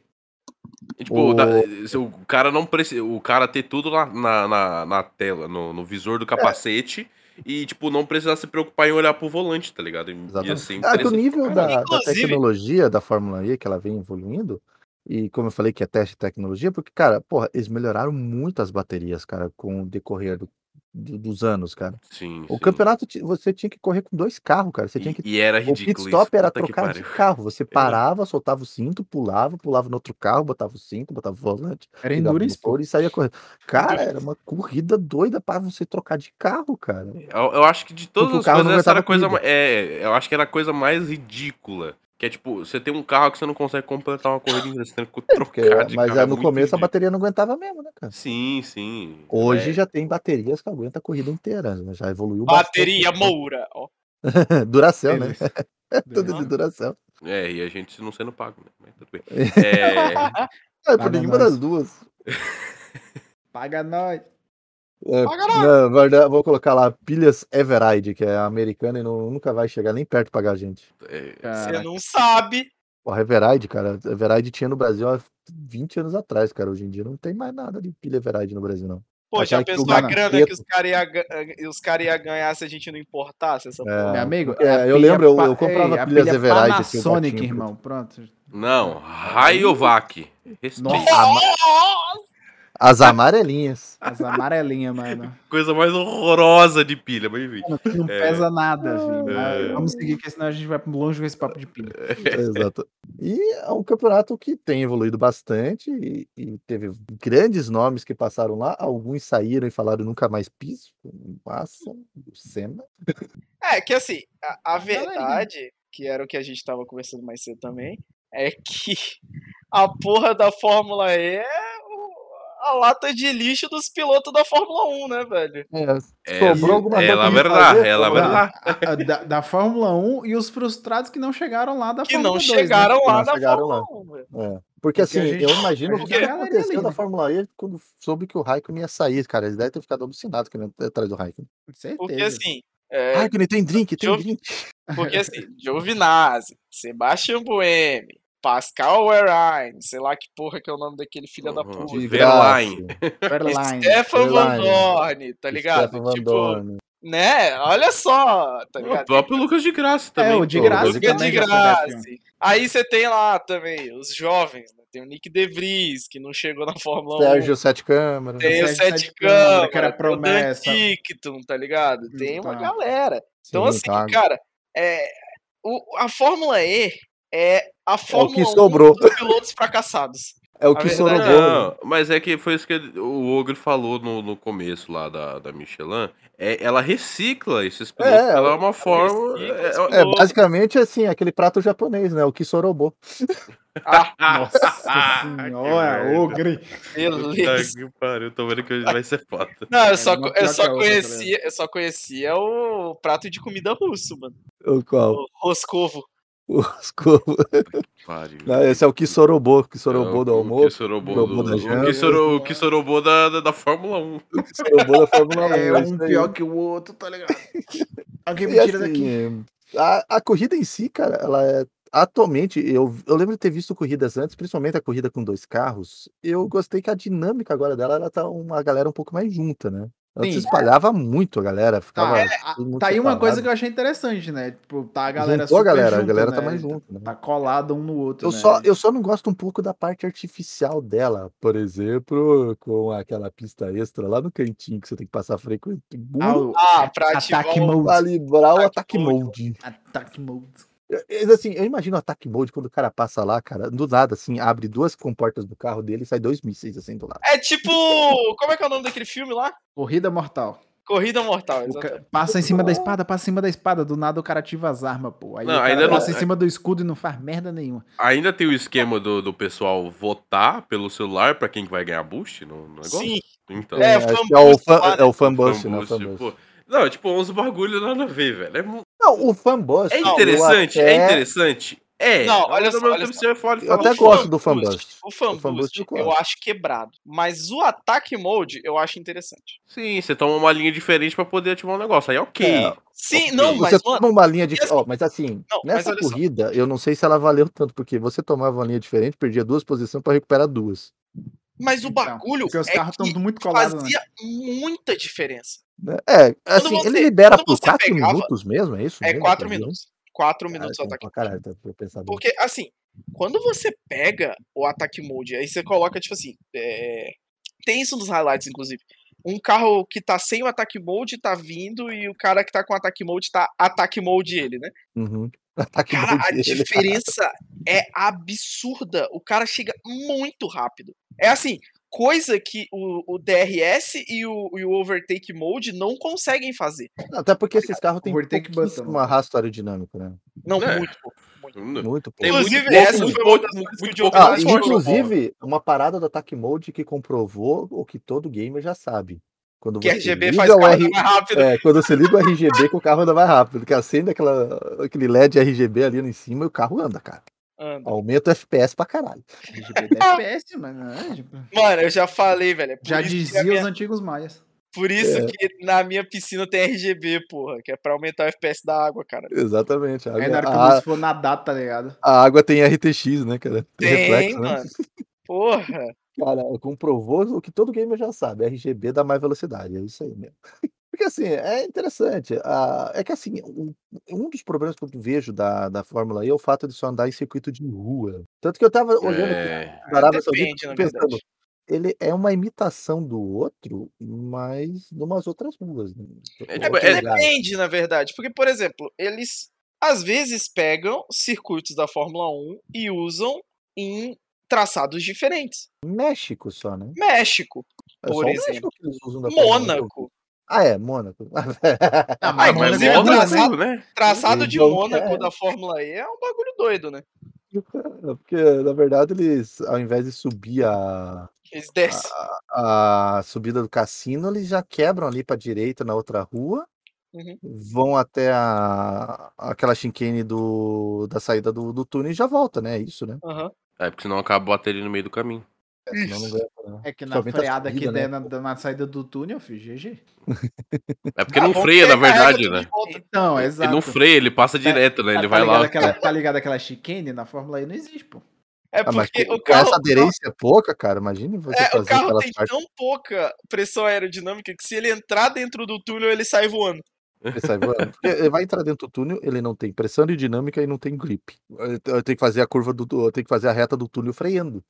S3: E, Tipo,
S2: O-
S3: da- se o cara não precisa. O cara ter tudo lá na, na, na tela, no, no visor
S2: É.
S3: do capacete. E, tipo, não precisar se preocupar em olhar pro volante, tá ligado? E- Ia
S2: Exatamente.
S3: ser
S2: Ah, que o
S3: interessante
S2: nível
S3: pra
S2: da,
S3: caralho.
S2: da
S4: Inclusive-
S2: tecnologia da Fórmula E que ela vem evoluindo, e como eu falei que é teste de tecnologia, porque, cara, porra, eles melhoraram muito as baterias, cara, com o decorrer do- do- dos anos, cara.
S3: Sim,
S2: O
S3: sim.
S2: campeonato ti- você tinha que correr com dois carros, cara. Você tinha que.
S3: E, e era
S2: O pit
S3: ridículo
S2: stop
S3: isso.
S2: era
S3: Puta que
S2: trocar de
S3: pariu. É.
S2: carro. Você parava, soltava o cinto, pulava, pulava no outro carro, botava o cinto, botava o volante,
S5: Era
S2: ligava o
S5: endurance, pô.
S2: motor e saía correndo. Cara, era uma corrida doida pra você trocar de carro, cara.
S3: Eu, eu acho que de todas
S2: Porque o
S3: as
S2: carro
S3: coisas,
S2: não
S3: essa era a
S2: aguentava
S3: coisa. ma- É, eu acho que era a coisa mais ridícula. Que é tipo, você tem um carro que você não consegue completar uma corrida inteira, você tem que trocar
S2: Porque-
S3: de
S2: mas
S3: carro.
S2: ah,
S3: é
S2: no
S3: muito
S2: começo a
S3: ridículo.
S2: bateria não aguentava mesmo, né, cara?
S3: Sim, sim.
S2: Hoje
S3: É,
S2: já tem baterias que aguentam a corrida inteira, né? já evoluiu
S4: Bateria
S2: bastante.
S4: Moura. ó.
S2: duração, né?
S5: Beleza.
S2: Tudo de
S5: Beleza.
S2: duração.
S3: é, e a gente não sendo pago, né? Mas tudo bem. É,
S2: É,
S5: Paga
S2: por nenhuma
S5: nós.
S2: das duas.
S5: Paga nós.
S2: É,
S4: Paga nós.
S2: na verdade, vou colocar lá pilhas Everide, que é americana e não- nunca vai chegar nem perto de pagar a gente.
S3: é,
S4: Você
S5: Cara,
S4: não sabe.
S2: Porra, Everide, cara, Everide tinha no Brasil há 20 anos atrás, cara. Hoje em dia não tem mais nada de pilha Everide no Brasil, não.
S4: Pô, já
S2: Aquela que
S4: pensou
S2: joga
S4: a
S2: na
S4: grana
S2: teta.
S4: que os caras iam eh, cara ia ganhar se a gente não importasse
S3: É.
S4: essa porra?
S5: meu amigo.
S2: porque
S5: a
S2: Ah, é, eu
S5: pilha
S2: lembro, eu-
S5: pa-
S2: eu comprava
S5: Ei, a
S2: pilhas
S5: pilha
S2: Everide, tinha um
S5: Panasonic,
S2: gatinho
S5: irmão. Pronto.
S3: Não, Rayovac. Respeita.
S5: Nossa.
S2: A ma-
S4: Nossa!
S2: As amarelinhas.
S5: As amarelinhas, mano.
S3: Coisa mais horrorosa de pilha, mas enfim.
S5: Mano, que não
S3: É.
S5: pesa nada, filho. Mas
S3: É.
S5: Vamos seguir, porque senão a gente vai longe com esse papo de pilha.
S2: Exato. E é um campeonato que tem evoluído bastante e, e teve grandes nomes que passaram lá. Alguns saíram e falaram nunca mais piso. Massa, o Senna.
S4: É, que assim, a, a
S5: Galerinha.
S4: verdade, que era o que a gente tava conversando mais cedo também, é que a porra da Fórmula E é o- a lata de lixo dos pilotos da Fórmula 1, né, velho?
S3: É,
S2: Sobrou alguma coisa
S3: ela
S2: pra
S3: vai
S2: gente
S3: lá,
S4: é
S2: fazer,
S3: ela vai
S2: sobrou.
S3: lá.
S5: A- a- Ah, Da, da Fórmula 1 e os frustrados que não chegaram lá da
S4: Que
S5: Fórmula né?
S4: não
S5: 2,
S4: chegaram
S2: Que
S4: lá
S2: não
S4: na
S2: chegaram
S4: Fórmula 1, velho.
S2: É. Porque assim,
S5: a gente-
S2: eu imagino
S5: a
S2: o
S5: gente
S2: que
S5: tá galera
S2: aconteceu
S5: ali,
S2: da
S5: né?
S2: Fórmula E quando soube que o Raikkonen ia sair, cara. Eles devem ter ficado obstinados querendo ir atrás do Raikkonen.
S5: Né? Certeza.
S4: Porque assim, é,
S2: Raikkonen tem drink, tem
S4: Jove-
S2: drink.
S4: porque assim, Giovinazzi, Sebastian Buemi, Pascal Wehrlein, sei lá que porra que é o nome daquele filho da
S3: Uhum.
S4: puta.
S3: De
S2: Verlaine.
S5: Fairline.
S4: Stefan Van
S2: Wehrlein.
S4: Dorn, tá ligado?
S2: Stefan Van
S4: tipo,
S2: Dorn. Uhum.
S4: né? Olha só, tá
S3: O
S4: ligado?
S3: próprio Lucas de Graça também.
S5: É, o de
S3: pô.
S5: graça
S4: Os
S5: Ele também
S4: de
S5: já
S4: graça.
S5: soubesse.
S4: Aí você tem lá também os jovens, né? tem o Nick De Vries, que não chegou na Fórmula 1.
S5: é
S2: Sérgio Sete assim, Câmara.
S4: Tem o
S5: Sérgio
S4: Sete
S5: é Sete Câmara,
S4: Câmara,
S5: que
S4: tem
S5: era
S4: o Dan
S5: promessa.
S4: Dictum, tá ligado? Tem uma
S5: Tá.
S4: galera. Então,
S2: Sim,
S4: assim,
S2: tá.
S4: cara, é, o- a Fórmula E é a Fórmula 1
S2: sobrou.
S4: dos pilotos fracassados.
S2: É o
S4: a
S2: que
S4: verdade-
S2: sorogou. né?
S3: Não, mas é que foi isso que o Ogre falou no, no começo lá da, da Michelin. É, ela recicla esses pilotos.
S2: É,
S3: ela é uma forma.
S4: recicla
S3: é-
S4: os
S5: Tá
S3: é-
S2: É
S4: Nossa.
S2: basicamente assim, aquele prato japonês, né? O que sorobou.
S3: ah,
S5: Nossa senhora, ogre.
S4: Beleza.
S3: Puta que pariu, tô vendo que hoje vai ser foda.
S4: Não, eu
S5: É
S4: só,
S5: uma
S4: eu,
S5: pior
S4: só
S5: que a outra, tá ligado?
S4: conhecia, eu só conhecia o prato de comida russo, mano.
S2: O qual?
S4: O Roscovo.
S2: Os corvos.
S3: Pariu.
S2: Não, esse é o que sorobou. O que
S3: É,
S2: sorobou do
S3: o- O que
S2: almoço.
S3: sorobou
S2: do
S3: do-
S2: almoço da
S3: o que
S2: janta.
S3: soro- o que sorobou da, da, da Fórmula 1.
S2: O que sorobou da Fórmula 1.
S5: É um
S2: isso aí.
S5: pior que o outro, tá ligado? Alguém me
S2: E
S5: tira
S2: assim,
S5: daqui.
S2: é, A, a corrida em si, cara, ela é. Atualmente, eu, eu lembro de ter visto corridas antes, principalmente a corrida com dois carros. Eu gostei que a dinâmica agora dela, ela tá uma galera um pouco mais junta, né? Antes
S5: Sim.
S2: espalhava muito a galera, ficava.
S5: Tá, é,
S2: todo mundo
S5: tá aí uma coisa
S2: separado.
S5: que eu achei interessante, né? Tipo, tá a galera
S2: Juntou a
S5: super
S2: galera,
S5: junta,
S2: a galera
S5: né?
S2: tá mais junta, né?
S5: Tá colado um no outro,
S2: Eu
S5: né?
S2: só, eu só não gosto um pouco da parte artificial dela, por exemplo, com aquela pista extra lá no cantinho que você tem que passar frequente.
S5: Ah,
S2: muro
S5: o
S4: Ah, pra
S5: Ataque
S4: ativar o-
S5: mode.
S2: pra liberar o ataque
S4: Ataque mode.
S2: mode.
S5: Ataque mode.
S2: Eu- eu, Assim, eu imagino o ataque mode quando o cara passa lá, cara, do nada, assim, abre duas comportas do carro dele e sai dois mísseis assim do lado.
S4: É tipo. Como é que é o nome daquele filme lá?
S5: Corrida mortal.
S4: Corrida Mortal.
S5: O ca-
S4: exatamente.
S5: Passa em cima da espada, passa em cima da espada. Do nada o cara ativa as armas, pô. Aí
S3: Não,
S5: o cara
S3: ainda não-
S5: passa em cima do escudo e não faz merda nenhuma.
S3: Ainda tem o esquema do, do pessoal votar pelo celular pra quem que vai ganhar boost no no negócio?
S4: Sim,
S3: Então.
S4: É,
S2: acho
S4: fan
S2: que é o
S4: boost
S2: fan,
S4: lá, né?
S2: é o fan boost, né? o
S3: Fanboost,
S2: fan boost.
S3: pô. Não, tipo, uns bagulho nada a ver, velho. É mu-
S2: Não, o fan boost,
S3: É,
S2: eu
S3: interessante, é
S2: até-
S3: interessante. É.
S4: Não,
S3: mas
S4: olha
S3: ao
S4: só,
S3: mesmo
S4: olha
S3: tempo
S4: só.
S3: você vai falar-
S2: Eu
S3: falar
S2: até
S3: de
S2: gosto
S3: fan
S2: do fan
S3: boost.
S2: boost.
S4: o fan,
S2: O fan
S4: boost,
S2: boost eu
S4: eu
S2: gosto.
S4: acho quebrado. Mas o ataque mode eu acho interessante.
S3: Sim, você toma uma linha diferente pra poder ativar um negócio. Aí ok.
S2: É,
S4: Sim,
S3: Ok.
S4: não,
S2: Você
S4: mas
S2: toma
S4: mano,
S2: uma linha de.
S4: e assim-
S2: ó, mas assim,
S4: Não, mas
S2: nessa
S4: olha só.
S2: corrida, eu não sei se ela valeu tanto, porque você tomava uma linha diferente, perdia duas posições pra recuperar duas.
S4: mas o
S5: Então,
S4: bagulho
S5: Porque os
S4: é
S5: carros
S4: que
S5: estão muito colados, né?
S4: fazia muita diferença.
S2: né? É, assim,
S4: você-
S2: ele libera
S4: quando
S2: por
S4: você
S2: quatro
S4: pegava-
S2: minutos mesmo, é isso?
S4: É
S2: mesmo,
S4: quatro
S2: essa linha?
S4: minutos. Quatro
S2: Cara,
S4: minutos o
S2: tempo
S4: ataque
S2: pra
S4: mode.
S2: caralho, tá, pra pensar bem.
S4: Porque, assim, quando você pega o ataque mode, aí você coloca, tipo assim, é, tem isso nos highlights, inclusive. Um carro que tá sem o ataque mode tá vindo e o cara que tá com ataque mode tá ataque mode ele, né?
S2: Uhum. Ataque
S4: Cara, a
S2: mode dele.
S4: diferença é absurda. O cara chega muito rápido. É assim, coisa que o, o DRS e o, e o overtake mode não conseguem fazer.
S2: Até porque esses carros têm
S5: Overtake button,
S2: pouquíssimo
S5: né?
S2: arrasto aerodinâmico, né?
S4: Não,
S3: É.
S4: muito pouco. Muito.
S2: Muito pouco.
S3: Tem
S4: Inclusive,
S3: muito pouco,
S4: essa
S3: muito
S4: foi uma
S3: pouco,
S4: das coisas que o
S3: muito
S4: Diogo
S3: pouco.
S2: Ah,
S4: mais
S2: e,
S4: forte.
S2: inclusive, uma parada do ataque mode que comprovou o que todo gamer já sabe. Quando
S4: Que
S2: você
S4: RGB
S2: liga
S4: faz
S2: o
S4: carro
S2: R-
S4: andar mais rápido.
S2: É, quando você liga o RGB que o carro anda mais rápido, que acende aquela, aquele LED RGB ali em cima e o carro anda, cara.
S4: Anda.
S2: Aumenta o FPS pra caralho.
S5: LGBT é péssima, né? Tipo,
S4: Mano, eu já falei, velho. é por
S5: Já
S4: isso que a
S5: dizia
S4: minha-
S5: os antigos maias.
S4: Por isso
S2: É.
S4: que na minha piscina tem RGB, porra. Que é pra aumentar o FPS da água, cara.
S2: Exatamente. A
S5: Aí
S2: água,
S5: na hora que o
S2: a-
S5: Lúcio for nadar, tá ligado?
S2: a água tem RTX, né, cara? Tem,
S4: Tem,
S2: reflexo, né?
S4: mano. Porra.
S2: Cara, comprovou o que todo gamer já sabe, RGB dá mais velocidade, é isso aí mesmo. Porque assim, é interessante. ah, é que assim, o- um dos problemas que eu vejo da, da Fórmula E é o fato de só andar em circuito de rua. Tanto que eu tava olhando aqui
S3: É.
S2: na Arábia Saudita
S4: Depende, na
S2: pensando,
S4: verdade.
S2: ele é uma imitação do outro, mas de umas outras ruas. né?
S3: É
S4: É,
S3: tipo,
S4: porque
S3: é-
S4: depende, na verdade. Porque, por exemplo, eles às vezes pegam circuitos da Fórmula 1 e usam em traçados diferentes.
S2: México só, né?
S4: México,
S2: É só
S4: Por
S2: o
S4: exemplo,
S2: México que eles usam da Fórmula 1.
S4: Mônaco.
S2: Ah, é, Mônaco.
S5: Ah,
S4: Ah,
S5: mas
S4: mas
S5: Mônaco
S4: é
S5: é
S4: bom,
S5: Mônaco,
S4: traçado-
S3: né?
S4: Traçado de
S2: Então,
S4: Mônaco
S2: é.
S4: da Fórmula E é um bagulho doido, né?
S2: Porque, na verdade, eles, ao invés de subir a,
S4: Eles descem.
S2: Ah, a subida do cassino, eles já quebram ali para direita na outra rua,
S4: Uhum.
S2: vão até a, aquela chicane do, da saída do, do túnel e já volta, né? É isso, né?
S4: Aham.
S3: É, porque senão acaba a bateria no meio do caminho.
S2: Senão não ganha, né?
S5: É que
S2: Só
S5: na
S2: aumenta a
S5: freada aqui
S2: subida, né?
S5: na, na- na saída do túnel, filho, GG.
S3: É porque
S4: Ah,
S3: não
S4: bom,
S3: freia, na
S4: porque aí carrega
S3: verdade,
S4: tudo
S3: né?
S4: de volta.
S5: Então, exato.
S3: Ele não freia, ele passa direto, né?
S5: Tá-
S3: Ele
S5: tá
S3: vai
S5: ligado
S3: lá.
S5: aquela- tá ligado aquela chicane? Na Fórmula E não existe, pô.
S4: É
S2: Ah, mas
S4: porque
S2: com,
S4: o
S2: com
S4: carro,
S2: essa aderência pouca, cara, imagine você
S4: é, o
S2: fazer
S4: carro
S2: aquelas
S4: tem
S2: partes
S4: tão pouca pressão aerodinâmica que se ele entrar dentro do túnel, ele sai voando.
S2: que sai voando. Porque ele vai entrar dentro do túnel, ele não tem pressão aerodinâmica e não tem grip. Eu tenho que fazer a curva do, eu tenho que fazer a reta do túnel freando.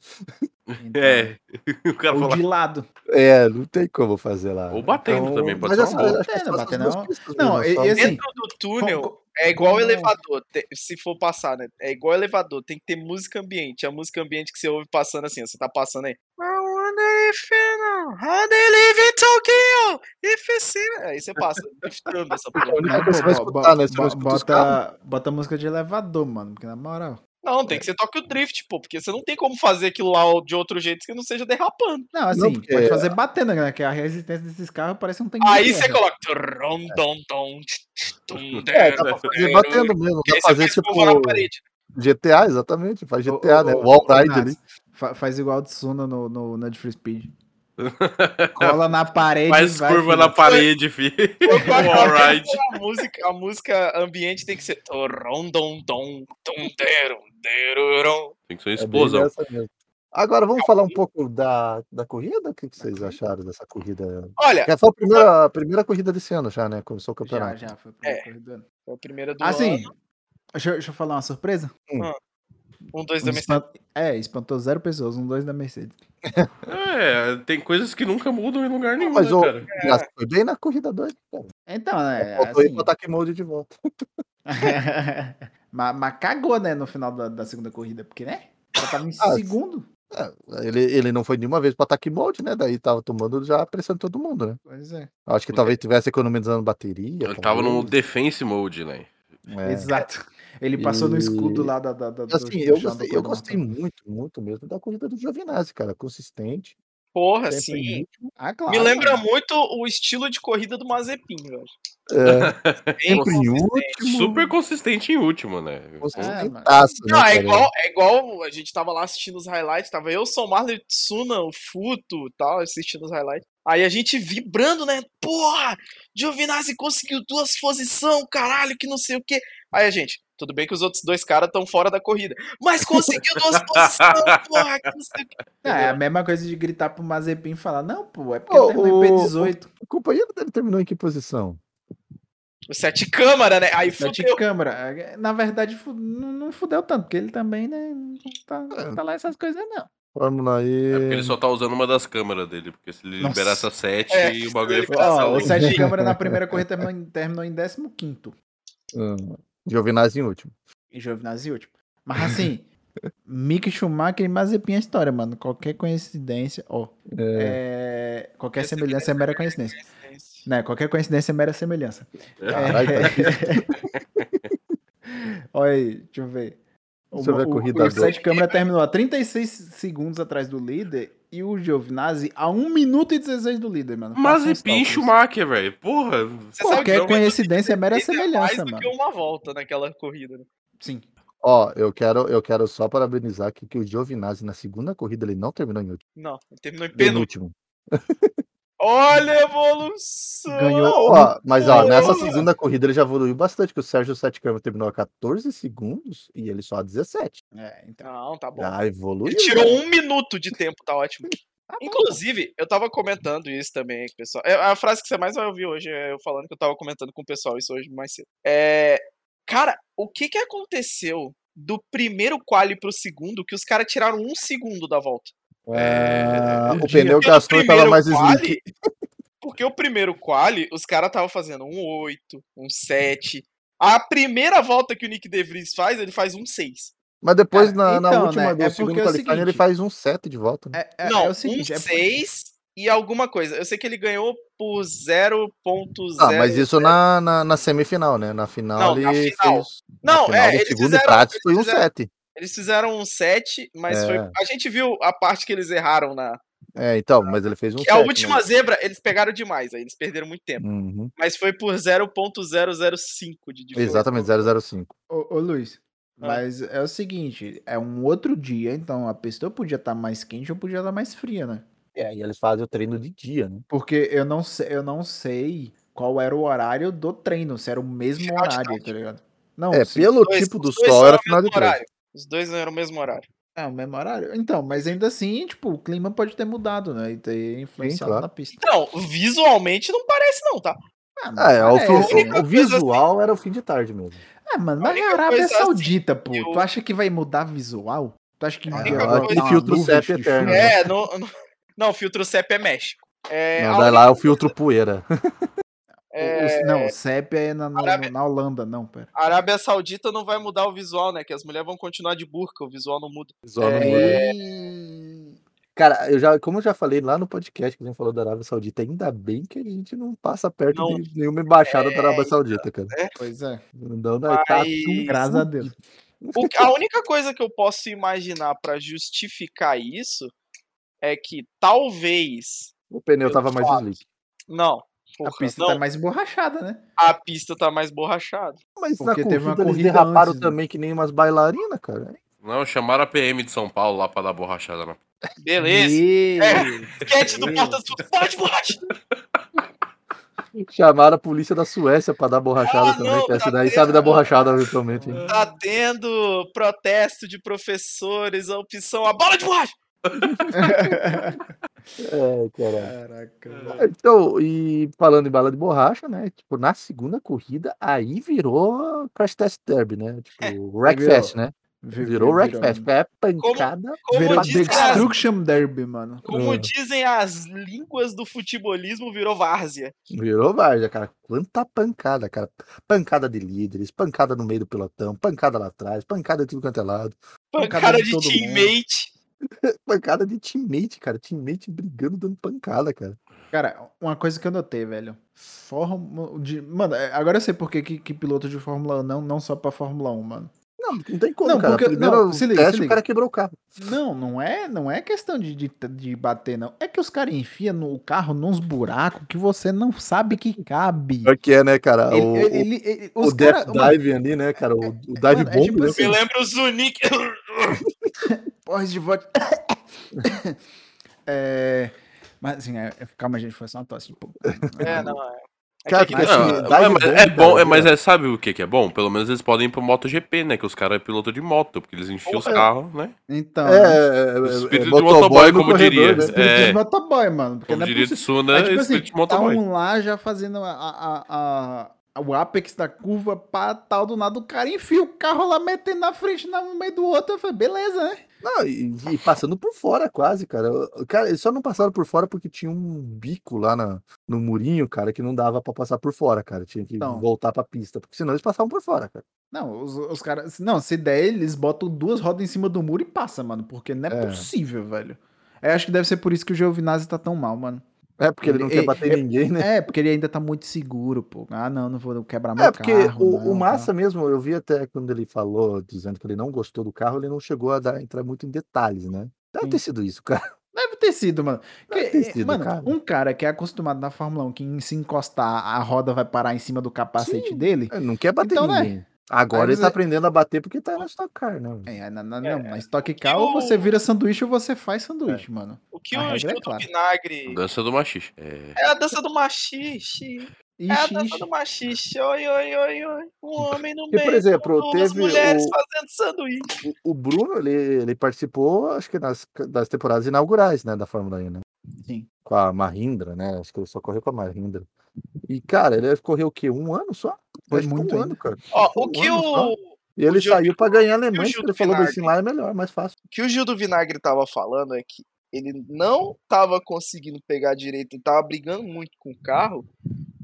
S5: Então,
S3: É. O cara
S5: Ou
S3: fala.
S5: de lado.
S2: É, não tem como fazer lá. né?
S3: Ou batendo
S5: Então,
S3: também,
S2: Mas
S3: pode ser
S2: essa,
S3: uma boa.
S2: acho que
S5: Batendo,
S2: são essas
S5: batendo
S2: duas
S5: é uma-
S2: pistas
S5: Não,
S2: mesmo, só.
S5: e- e assim,
S4: Dentro do túnel,
S5: Com-
S4: É igual
S5: Como-
S4: elevador, te- se for passar, né? É igual elevador, tem que ter música ambiente. A música ambiente que você ouve passando assim, ó, você tá passando aí. I wonder if you know how they live in Tokyo, if you see- Aí você passa, driftando essa porra.
S2: única
S5: Não,
S2: coisa que
S5: pô,
S2: vai
S5: bo-
S2: escutar, né? Você
S5: bo-
S2: não escuta os
S5: bota, bota música de elevador, mano, porque na moral.
S4: Não, tem que ser toque o drift, pô, porque você não tem como fazer aquilo lá de outro jeito que não seja derrapando.
S5: Não, assim,
S2: Não, porque-
S5: pode fazer batendo, né? Que a resistência desses carros parece que não tem. né?
S4: Aí você coloca. Trum, dum, dum, tch, tch, tum,
S2: É, dá pra fazer
S4: deru,
S2: batendo mesmo,
S4: que
S2: dá pra
S4: aí você
S2: fazer
S4: faz
S2: tipo
S4: curva na parede.
S2: GTA, exatamente, faz GTA, né? O All Ride ali.
S5: Faz igual o Tsuna no, no, no Need for Speed. Cola na parede.
S3: Faz
S5: vai,
S3: curva
S5: filho.
S3: na parede, filho.
S4: Eu gosto
S3: Alright.
S4: A música, a música ambiente tem que ser. Torom, dom, dom, tum, derum, derurum.
S3: Tem que ser uma
S2: É bem
S3: explosão.
S2: dessa mesmo. Agora vamos falar um Uhum. pouco da, da corrida? O que que vocês acharam dessa corrida?
S4: Olha,
S2: Que foi a primeira, a primeira corrida desse ano já, né? Começou o campeonato.
S5: Já, já, foi pro
S4: É.
S5: corredor.
S4: foi a primeira do
S5: Assim,
S4: ano.
S5: deixa, eu- deixa eu falar uma surpresa.
S4: Um, dois
S5: Um
S4: da Mercedes.
S5: espan- É, espantou zero pessoas, um dois da Mercedes.
S3: É, tem coisas que nunca mudam em lugar nenhum,
S2: Mas
S3: né,
S2: o
S3: cara?
S2: Gasly foi bem na corrida 2.
S5: Então, né?
S2: É, Faltou ir
S5: Assim,
S2: pro ataque mode de volta.
S5: mas, mas cagou, né, no final da, da segunda corrida, porque, né? Já tava em
S2: Ah,
S5: segundo.
S2: É, ele, ele não foi nenhuma vez pro ataque mode, né? Daí tava tomando já a pressão de todo mundo, né?
S5: Pois é.
S2: Acho que talvez tivesse economizando bateria.
S3: Eu tava no
S2: talvez.
S3: defense mode, né?
S2: É.
S5: Exato. Ele passou no
S2: E-
S5: escudo lá da. da, da do-
S2: Assim,
S5: do
S2: eu
S5: chão
S2: gostei,
S5: do
S2: eu
S5: Cordão
S2: gostei
S5: Marcelo.
S2: muito, muito mesmo da corrida do Giovinazzi, cara. Consistente.
S4: Porra,
S2: sempre em
S4: assim.
S2: ritmo,
S5: Ah, claro.
S4: Me lembra
S5: mano.
S4: muito o estilo de corrida do Mazepin, velho.
S2: é,
S4: Bem
S2: sempre em um,
S4: consistente.
S2: último.
S3: Super consistente em último, né?
S2: Consistentaço, né,
S4: Não, é
S2: cara?
S4: igual, é igual a gente tava lá assistindo os highlights, tava eu, sou Marlon Tsuna, o Futo e tal, assistindo os highlights. Aí a gente vibrando, né? Porra! Giovinazzi conseguiu duas posições, caralho, que não sei o quê. Aí a gente, tudo bem que os outros dois caras estão fora da corrida, mas conseguiu duas posições, porra, que não sei o quê.
S5: Ah, é a mesma coisa de gritar pro Mazepin e falar: Não, pô, é porque
S2: Ô,
S5: ele terminou em P18.
S2: O companheiro dele terminou em que posição?
S4: O sete câmara, né? Aí
S5: Sete
S4: fudeu.
S5: câmera. É, Na verdade, fu- não, não fudeu tanto, porque ele também, né? Não tá, não tá lá essas coisas, não.
S2: Fórmula
S3: É
S2: E.
S3: porque ele só tá usando uma das câmeras dele, porque se ele
S5: Nossa.
S3: liberasse a 7
S4: É,
S3: e o bagulho ia
S4: ele
S3: ficar
S4: passa
S5: Ó,
S3: salvo.
S5: o
S4: longe.
S5: Sete Câmara na primeira corrida terminou em, terminou em 15
S2: hum, Giovinazzi em último.
S5: e Giovinazzi em último. Mas assim, Mick Schumacher e Mazepin é história, mano. Qualquer coincidência, ó. é, qualquer semelhança é mera coincidência. Né? Qualquer coincidência é mera semelhança. É,
S2: Caralho, tá
S5: Olha aí, deixa eu ver.
S2: Deixa eu ver a corrida
S5: o,
S2: dele.
S5: Sete Câmara terminou a 36 segundos atrás do líder e o Giovinazzi a 1 minuto e 16 do líder, mano.
S3: Mas
S5: Faça
S3: e
S5: uns
S3: Pin
S5: cálculos.
S3: Schumacher, velho? Porra.
S4: Você sabe que
S5: Qualquer
S4: não, mas
S5: coincidência é mera
S4: Isso é mais
S5: semelhança,
S4: do que
S5: mano.
S4: uma volta naquela corrida. né?
S5: Sim.
S2: Ó, eu quero, eu quero só parabenizar aqui que o Giovinazzi na segunda corrida ele não terminou em último.
S4: Não, terminou em penúltimo.
S2: Penúltimo.
S4: Olha a evolução!
S5: Ganhou.
S2: Não, ó, mas ó,
S4: Pô,
S2: nessa
S4: mano.
S2: segunda corrida ele já evoluiu bastante, que o Sérgio Sete Câmara terminou a 14 segundos e ele só a 17.
S5: É, então.
S4: Não, tá bom.
S2: Já evoluiu.
S4: Ele tirou
S2: né?
S4: um minuto de tempo, tá ótimo. Inclusive, eu tava comentando isso também com o pessoal. É, A frase que você mais vai ouvir hoje é eu falando que eu tava comentando com o pessoal isso hoje mais cedo. É, cara, o que que aconteceu do primeiro quali pro segundo que os caras tiraram um segundo da volta? É,
S2: Ah, o
S3: o
S2: pneu
S4: Porque no
S2: gastou e tava
S4: primeiro
S2: mais slick.
S4: quali- Porque o primeiro quali, os caras estavam fazendo um 8, um 7. A primeira volta que o Nick De Vries faz, ele faz um 6.
S2: Mas depois,
S5: É,
S2: na, na
S5: então,
S2: última
S5: né,
S2: do
S5: é
S2: segundo
S5: porque é o
S2: qualifying, ele
S5: seguinte.
S2: faz um set de volta. Né?
S5: É, é-
S4: Não,
S5: é o seguinte,
S4: um
S5: é,
S4: 6 e alguma coisa. Eu sei que ele ganhou por 0.0.
S2: ah, mas isso na, na, na semifinal, né? Na final
S4: É, Não,
S2: ele
S4: na final.
S2: fez...
S4: Não,
S2: na final
S4: é,
S2: do
S4: eles
S2: segundo
S4: fizeram-
S2: Prats
S4: eles
S2: foi um
S4: fizeram-
S2: set.
S4: Eles fizeram um 7, mas
S2: É.
S4: foi. A gente viu a parte que eles erraram na.
S2: É, então, mas ele fez um
S4: que
S2: set.
S4: a
S2: né?
S4: última zebra, eles pegaram demais, aí eles perderam muito tempo.
S2: Uhum.
S4: Mas foi por 0.005 de diferença.
S2: Exatamente, é 005.
S5: Ô, ô, Luiz,
S4: Ah.
S5: mas é o seguinte, é um outro dia, então a pessoa podia estar mais quente ou podia estar mais fria, né?
S2: É, e eles fazem o treino de dia, né?
S5: Porque eu não sei, eu não sei qual era o horário do treino, se era o mesmo
S4: Final de
S5: horário, tá ligado? Não,
S2: É,
S5: se-
S2: pelo
S4: Dois-
S2: tipo do
S4: os dois
S2: sol
S4: são
S2: era
S4: ao
S2: final de
S4: mesmo
S2: treino.
S4: horário. Os dois não eram o mesmo horário.
S5: é o mesmo horário. Então, mas ainda assim, tipo, o clima pode ter mudado, né? E ter influenciado
S2: claro.
S5: na pista.
S4: Não, visualmente não parece, não, tá?
S5: Ah, mas
S2: Ah, é, o,
S5: parece,
S2: fi-
S5: né?
S4: única
S2: o
S4: coisa assim
S2: visual era o fim de tarde mesmo.
S5: Ah, mano,
S4: A
S5: mas
S4: única
S5: a Arábia
S4: coisa assim
S5: Saudita, pô.
S4: eu-
S5: Tu acha que vai mudar visual? Tu acha que um
S4: A
S5: dia
S4: única
S5: vai
S4: coisa-
S5: botar uma
S2: Filtro
S5: nuvem
S2: CEP
S5: de
S2: eterno,
S5: chuva?
S2: né?
S4: É, não, não, não, filtro CEP é México. É,
S2: Não,
S4: a
S2: daí
S4: única-
S2: lá é o filtro poeira.
S4: é,
S5: O- o- Não, o CEP é na, na-
S4: Arábia-
S5: na Holanda, não, pera.
S4: a Arábia Saudita não vai mudar o visual, né? Que as mulheres vão continuar de burca, o visual não muda.
S2: Visual não muda. É, Cara, eu já, como eu já falei lá no podcast que a gente falou da Arábia Saudita, ainda bem que a gente não passa perto
S4: Não.
S2: de nenhuma embaixada da Arábia
S4: É,
S2: Saudita, cara.
S5: Pois é.
S2: Não, não, tá
S4: Mas-
S2: tudo
S5: Graças a Deus.
S4: O que- a única coisa que eu posso imaginar pra justificar isso é que talvez.
S2: O pneu tava mais
S4: Fato.
S2: slick.
S4: Não.
S5: A
S4: porra,
S5: pista
S4: não,
S5: tá mais emborrachada, né?
S4: a pista tá mais borrachada.
S2: Mas
S5: Porque
S2: na
S5: teve
S2: corrida,
S5: uma
S2: eles
S5: corrida
S2: derraparam
S5: antes, né?
S2: também que nem umas bailarinas, cara.
S3: Não, chamaram a PM de São Paulo lá pra dar borrachada na
S4: Beleza. Sketch do
S5: Meu
S4: Porta dos Fundos. Para de borracha!
S2: Chamaram a polícia da Suécia pra dar borrachada
S4: Ah,
S2: também,
S4: não,
S2: que essa
S4: tá
S2: daí
S4: vendo?
S2: sabe dar borrachada eventualmente, hein?
S4: Tá tendo protesto de professores, a opção a bola de borracha!
S2: É, caralho.
S5: Caraca.
S2: É, Então, e falando em bala de borracha, né? Tipo, na segunda corrida, aí virou Crash Test Derby, né? Tipo, Wreckfest, né?
S5: Vi-
S2: Virou
S5: vi-
S2: Wreckfest. É pancada.
S4: Como
S5: Virou
S2: dizem as-
S5: Destruction Derby, mano.
S4: Como
S2: Ah.
S4: dizem as línguas do futebolismo, virou várzea.
S2: Virou várzea, cara. Quanta pancada, cara. Pancada de líderes, pancada no meio do pelotão, pancada lá atrás, pancada de tudo quanto é lado.
S4: Pancada
S5: de
S4: de
S5: todo mundo.
S4: teammate.
S2: Pancada de teammate, cara. Teammate brigando, dando pancada, cara.
S5: Cara, uma coisa que eu notei, velho. Fórmula de... Mano, é, agora eu sei por que, que, que piloto de Fórmula 1 não, não só pra Fórmula 1, mano.
S2: Não, não tem como,
S5: Não,
S2: cara.
S5: porque-
S2: Primeiro
S5: não, se liga,
S2: teste,
S5: se
S2: o
S5: liga.
S2: cara quebrou o carro.
S5: Não, não é, não é questão de, de, de bater, não. É que os caras enfiam no o carro nos buracos que você não sabe que cabe.
S2: Pior que é, né, cara?
S5: Ele-
S2: o
S5: ele- ele- ele-
S2: o
S5: os
S2: Death
S5: cara- mano,
S2: Dive ali, né, cara? O, o Dive
S5: mano, é
S2: Bomb,
S5: tipo
S2: né,
S5: assim,
S4: Me lembra o Zunic.
S5: porra de voz. É, mas assim, é, é- calma, gente, foi só uma tosse. Tipo,
S4: É, não, é. É
S2: Cara,
S4: que
S2: porque
S4: aqui-
S2: assim,
S3: Não,
S2: o
S3: mas-
S2: Dive
S3: mas
S2: Bomb,
S3: é bom,
S2: cara,
S3: é, mas é, sabe o que, que é bom? Pelo menos eles podem ir pro MotoGP, né? Que os caras é piloto de moto, porque eles enfiam os
S2: Porra.
S3: carros, né?
S5: Então,
S2: É,
S5: né?
S2: é, é,
S3: O
S2: é,
S3: espírito de
S2: motoboy
S3: motoboy,
S2: no
S3: como
S2: corredor,
S3: diria.
S2: né?
S5: espírito
S3: é.
S5: de motoboy, mano. Porque
S3: Como
S5: não é
S3: diria
S5: possi-
S3: Tsuna,
S5: Aí, tipo assim,
S3: split motoboy.
S5: Tá um lá já fazendo a, a, a, a- o apex da curva pra tal do nada, o cara enfia o carro lá metendo na frente, na- no meio do outro. Eu falei, beleza, né?
S2: Não, e, e passando por fora quase, cara. Eu- Cara, eles só não passaram por fora porque tinha um bico lá na, no murinho, cara, que não dava pra passar por fora, cara. Tinha que
S5: Então.
S2: voltar pra pista, porque senão eles passavam por fora, cara.
S5: Não, os, os caras. Não, se der, eles botam duas rodas em cima do muro e passa, mano. Porque não é,
S2: É.
S5: possível, velho. Eu acho que deve ser por isso que o Giovinazzi tá tão mal, mano.
S2: É porque ele não
S5: E-
S2: quer
S5: e-
S2: bater em ninguém, né?
S5: É, porque ele ainda tá muito seguro, pô. Ah, não, não vou quebrar meu
S2: É, porque
S5: carro.
S2: o, o
S5: não,
S2: Massa mesmo, eu vi até quando ele falou, dizendo que ele não gostou do carro, ele não chegou a dar, entrar muito em detalhes, né? Deve
S5: Sim.
S2: ter sido isso, cara.
S5: Deve ter sido, mano.
S2: Deve
S5: Que-
S2: ter sido,
S5: mano,
S2: cara.
S5: um cara que é acostumado na Fórmula 1, que em se encostar, a roda vai parar em cima do capacete
S2: Sim.
S5: dele.
S2: Ele não quer bater
S5: Então,
S2: em
S5: né?
S2: ninguém. Agora
S5: Aí
S2: ele tá
S5: você-
S2: aprendendo a bater porque tá na Stock Car, né? velho?
S5: É, na, na,
S4: É,
S5: não, na Stock
S4: que
S5: Car ou
S4: o-
S5: você vira sanduíche ou você faz sanduíche, mano.
S4: O que
S5: A
S4: o
S5: regra é
S4: Gil do
S5: clara.
S4: Vinagre.
S3: Dança do machixe. É.
S4: É a dança do machixe. É a
S5: Ixi,
S4: dança
S5: ixi.
S4: do machixe. Oi, oi, oi, oi. Um homem no
S2: E, por
S4: meio.
S2: exemplo,
S4: com duas
S2: teve
S4: mulheres
S2: o-
S4: fazendo sanduíche.
S2: O- O Bruno, ele, ele participou, acho que nas, das temporadas inaugurais, né, da Fórmula E, né?
S5: Sim.
S2: Com a Mahindra, né? Acho que ele só correu com a Mahindra. E, cara, ele correu o quê? Um ano só?
S5: Foi
S2: Acho que
S5: muito
S2: um
S5: ainda.
S2: ano, cara.
S4: Ó,
S2: Foi
S4: o
S2: um
S4: que
S2: ano só.
S4: o,
S2: E ele
S4: Gio-
S2: saiu pra ganhar a Alemanha,
S4: Gil
S2: ele falou
S4: Vinagre.
S2: assim, lá é melhor, mais fácil.
S4: o que o Gil do Vinagre tava falando é que ele não estava conseguindo pegar direito, estava brigando muito com o carro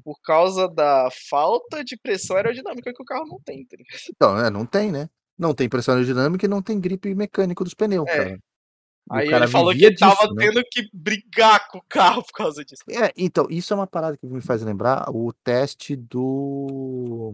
S4: por causa da falta de pressão aerodinâmica que o carro não tem, tá ligado?
S2: Então, é, não tem, né? Não tem pressão aerodinâmica e não tem gripe mecânico dos pneus,
S4: É.
S2: cara. E o
S4: Aí
S2: cara
S4: ele falou que
S2: vivia
S4: ele tava
S2: disso, né?
S4: tendo que brigar com o carro por causa disso.
S2: É, então, isso é uma parada que me faz lembrar o teste do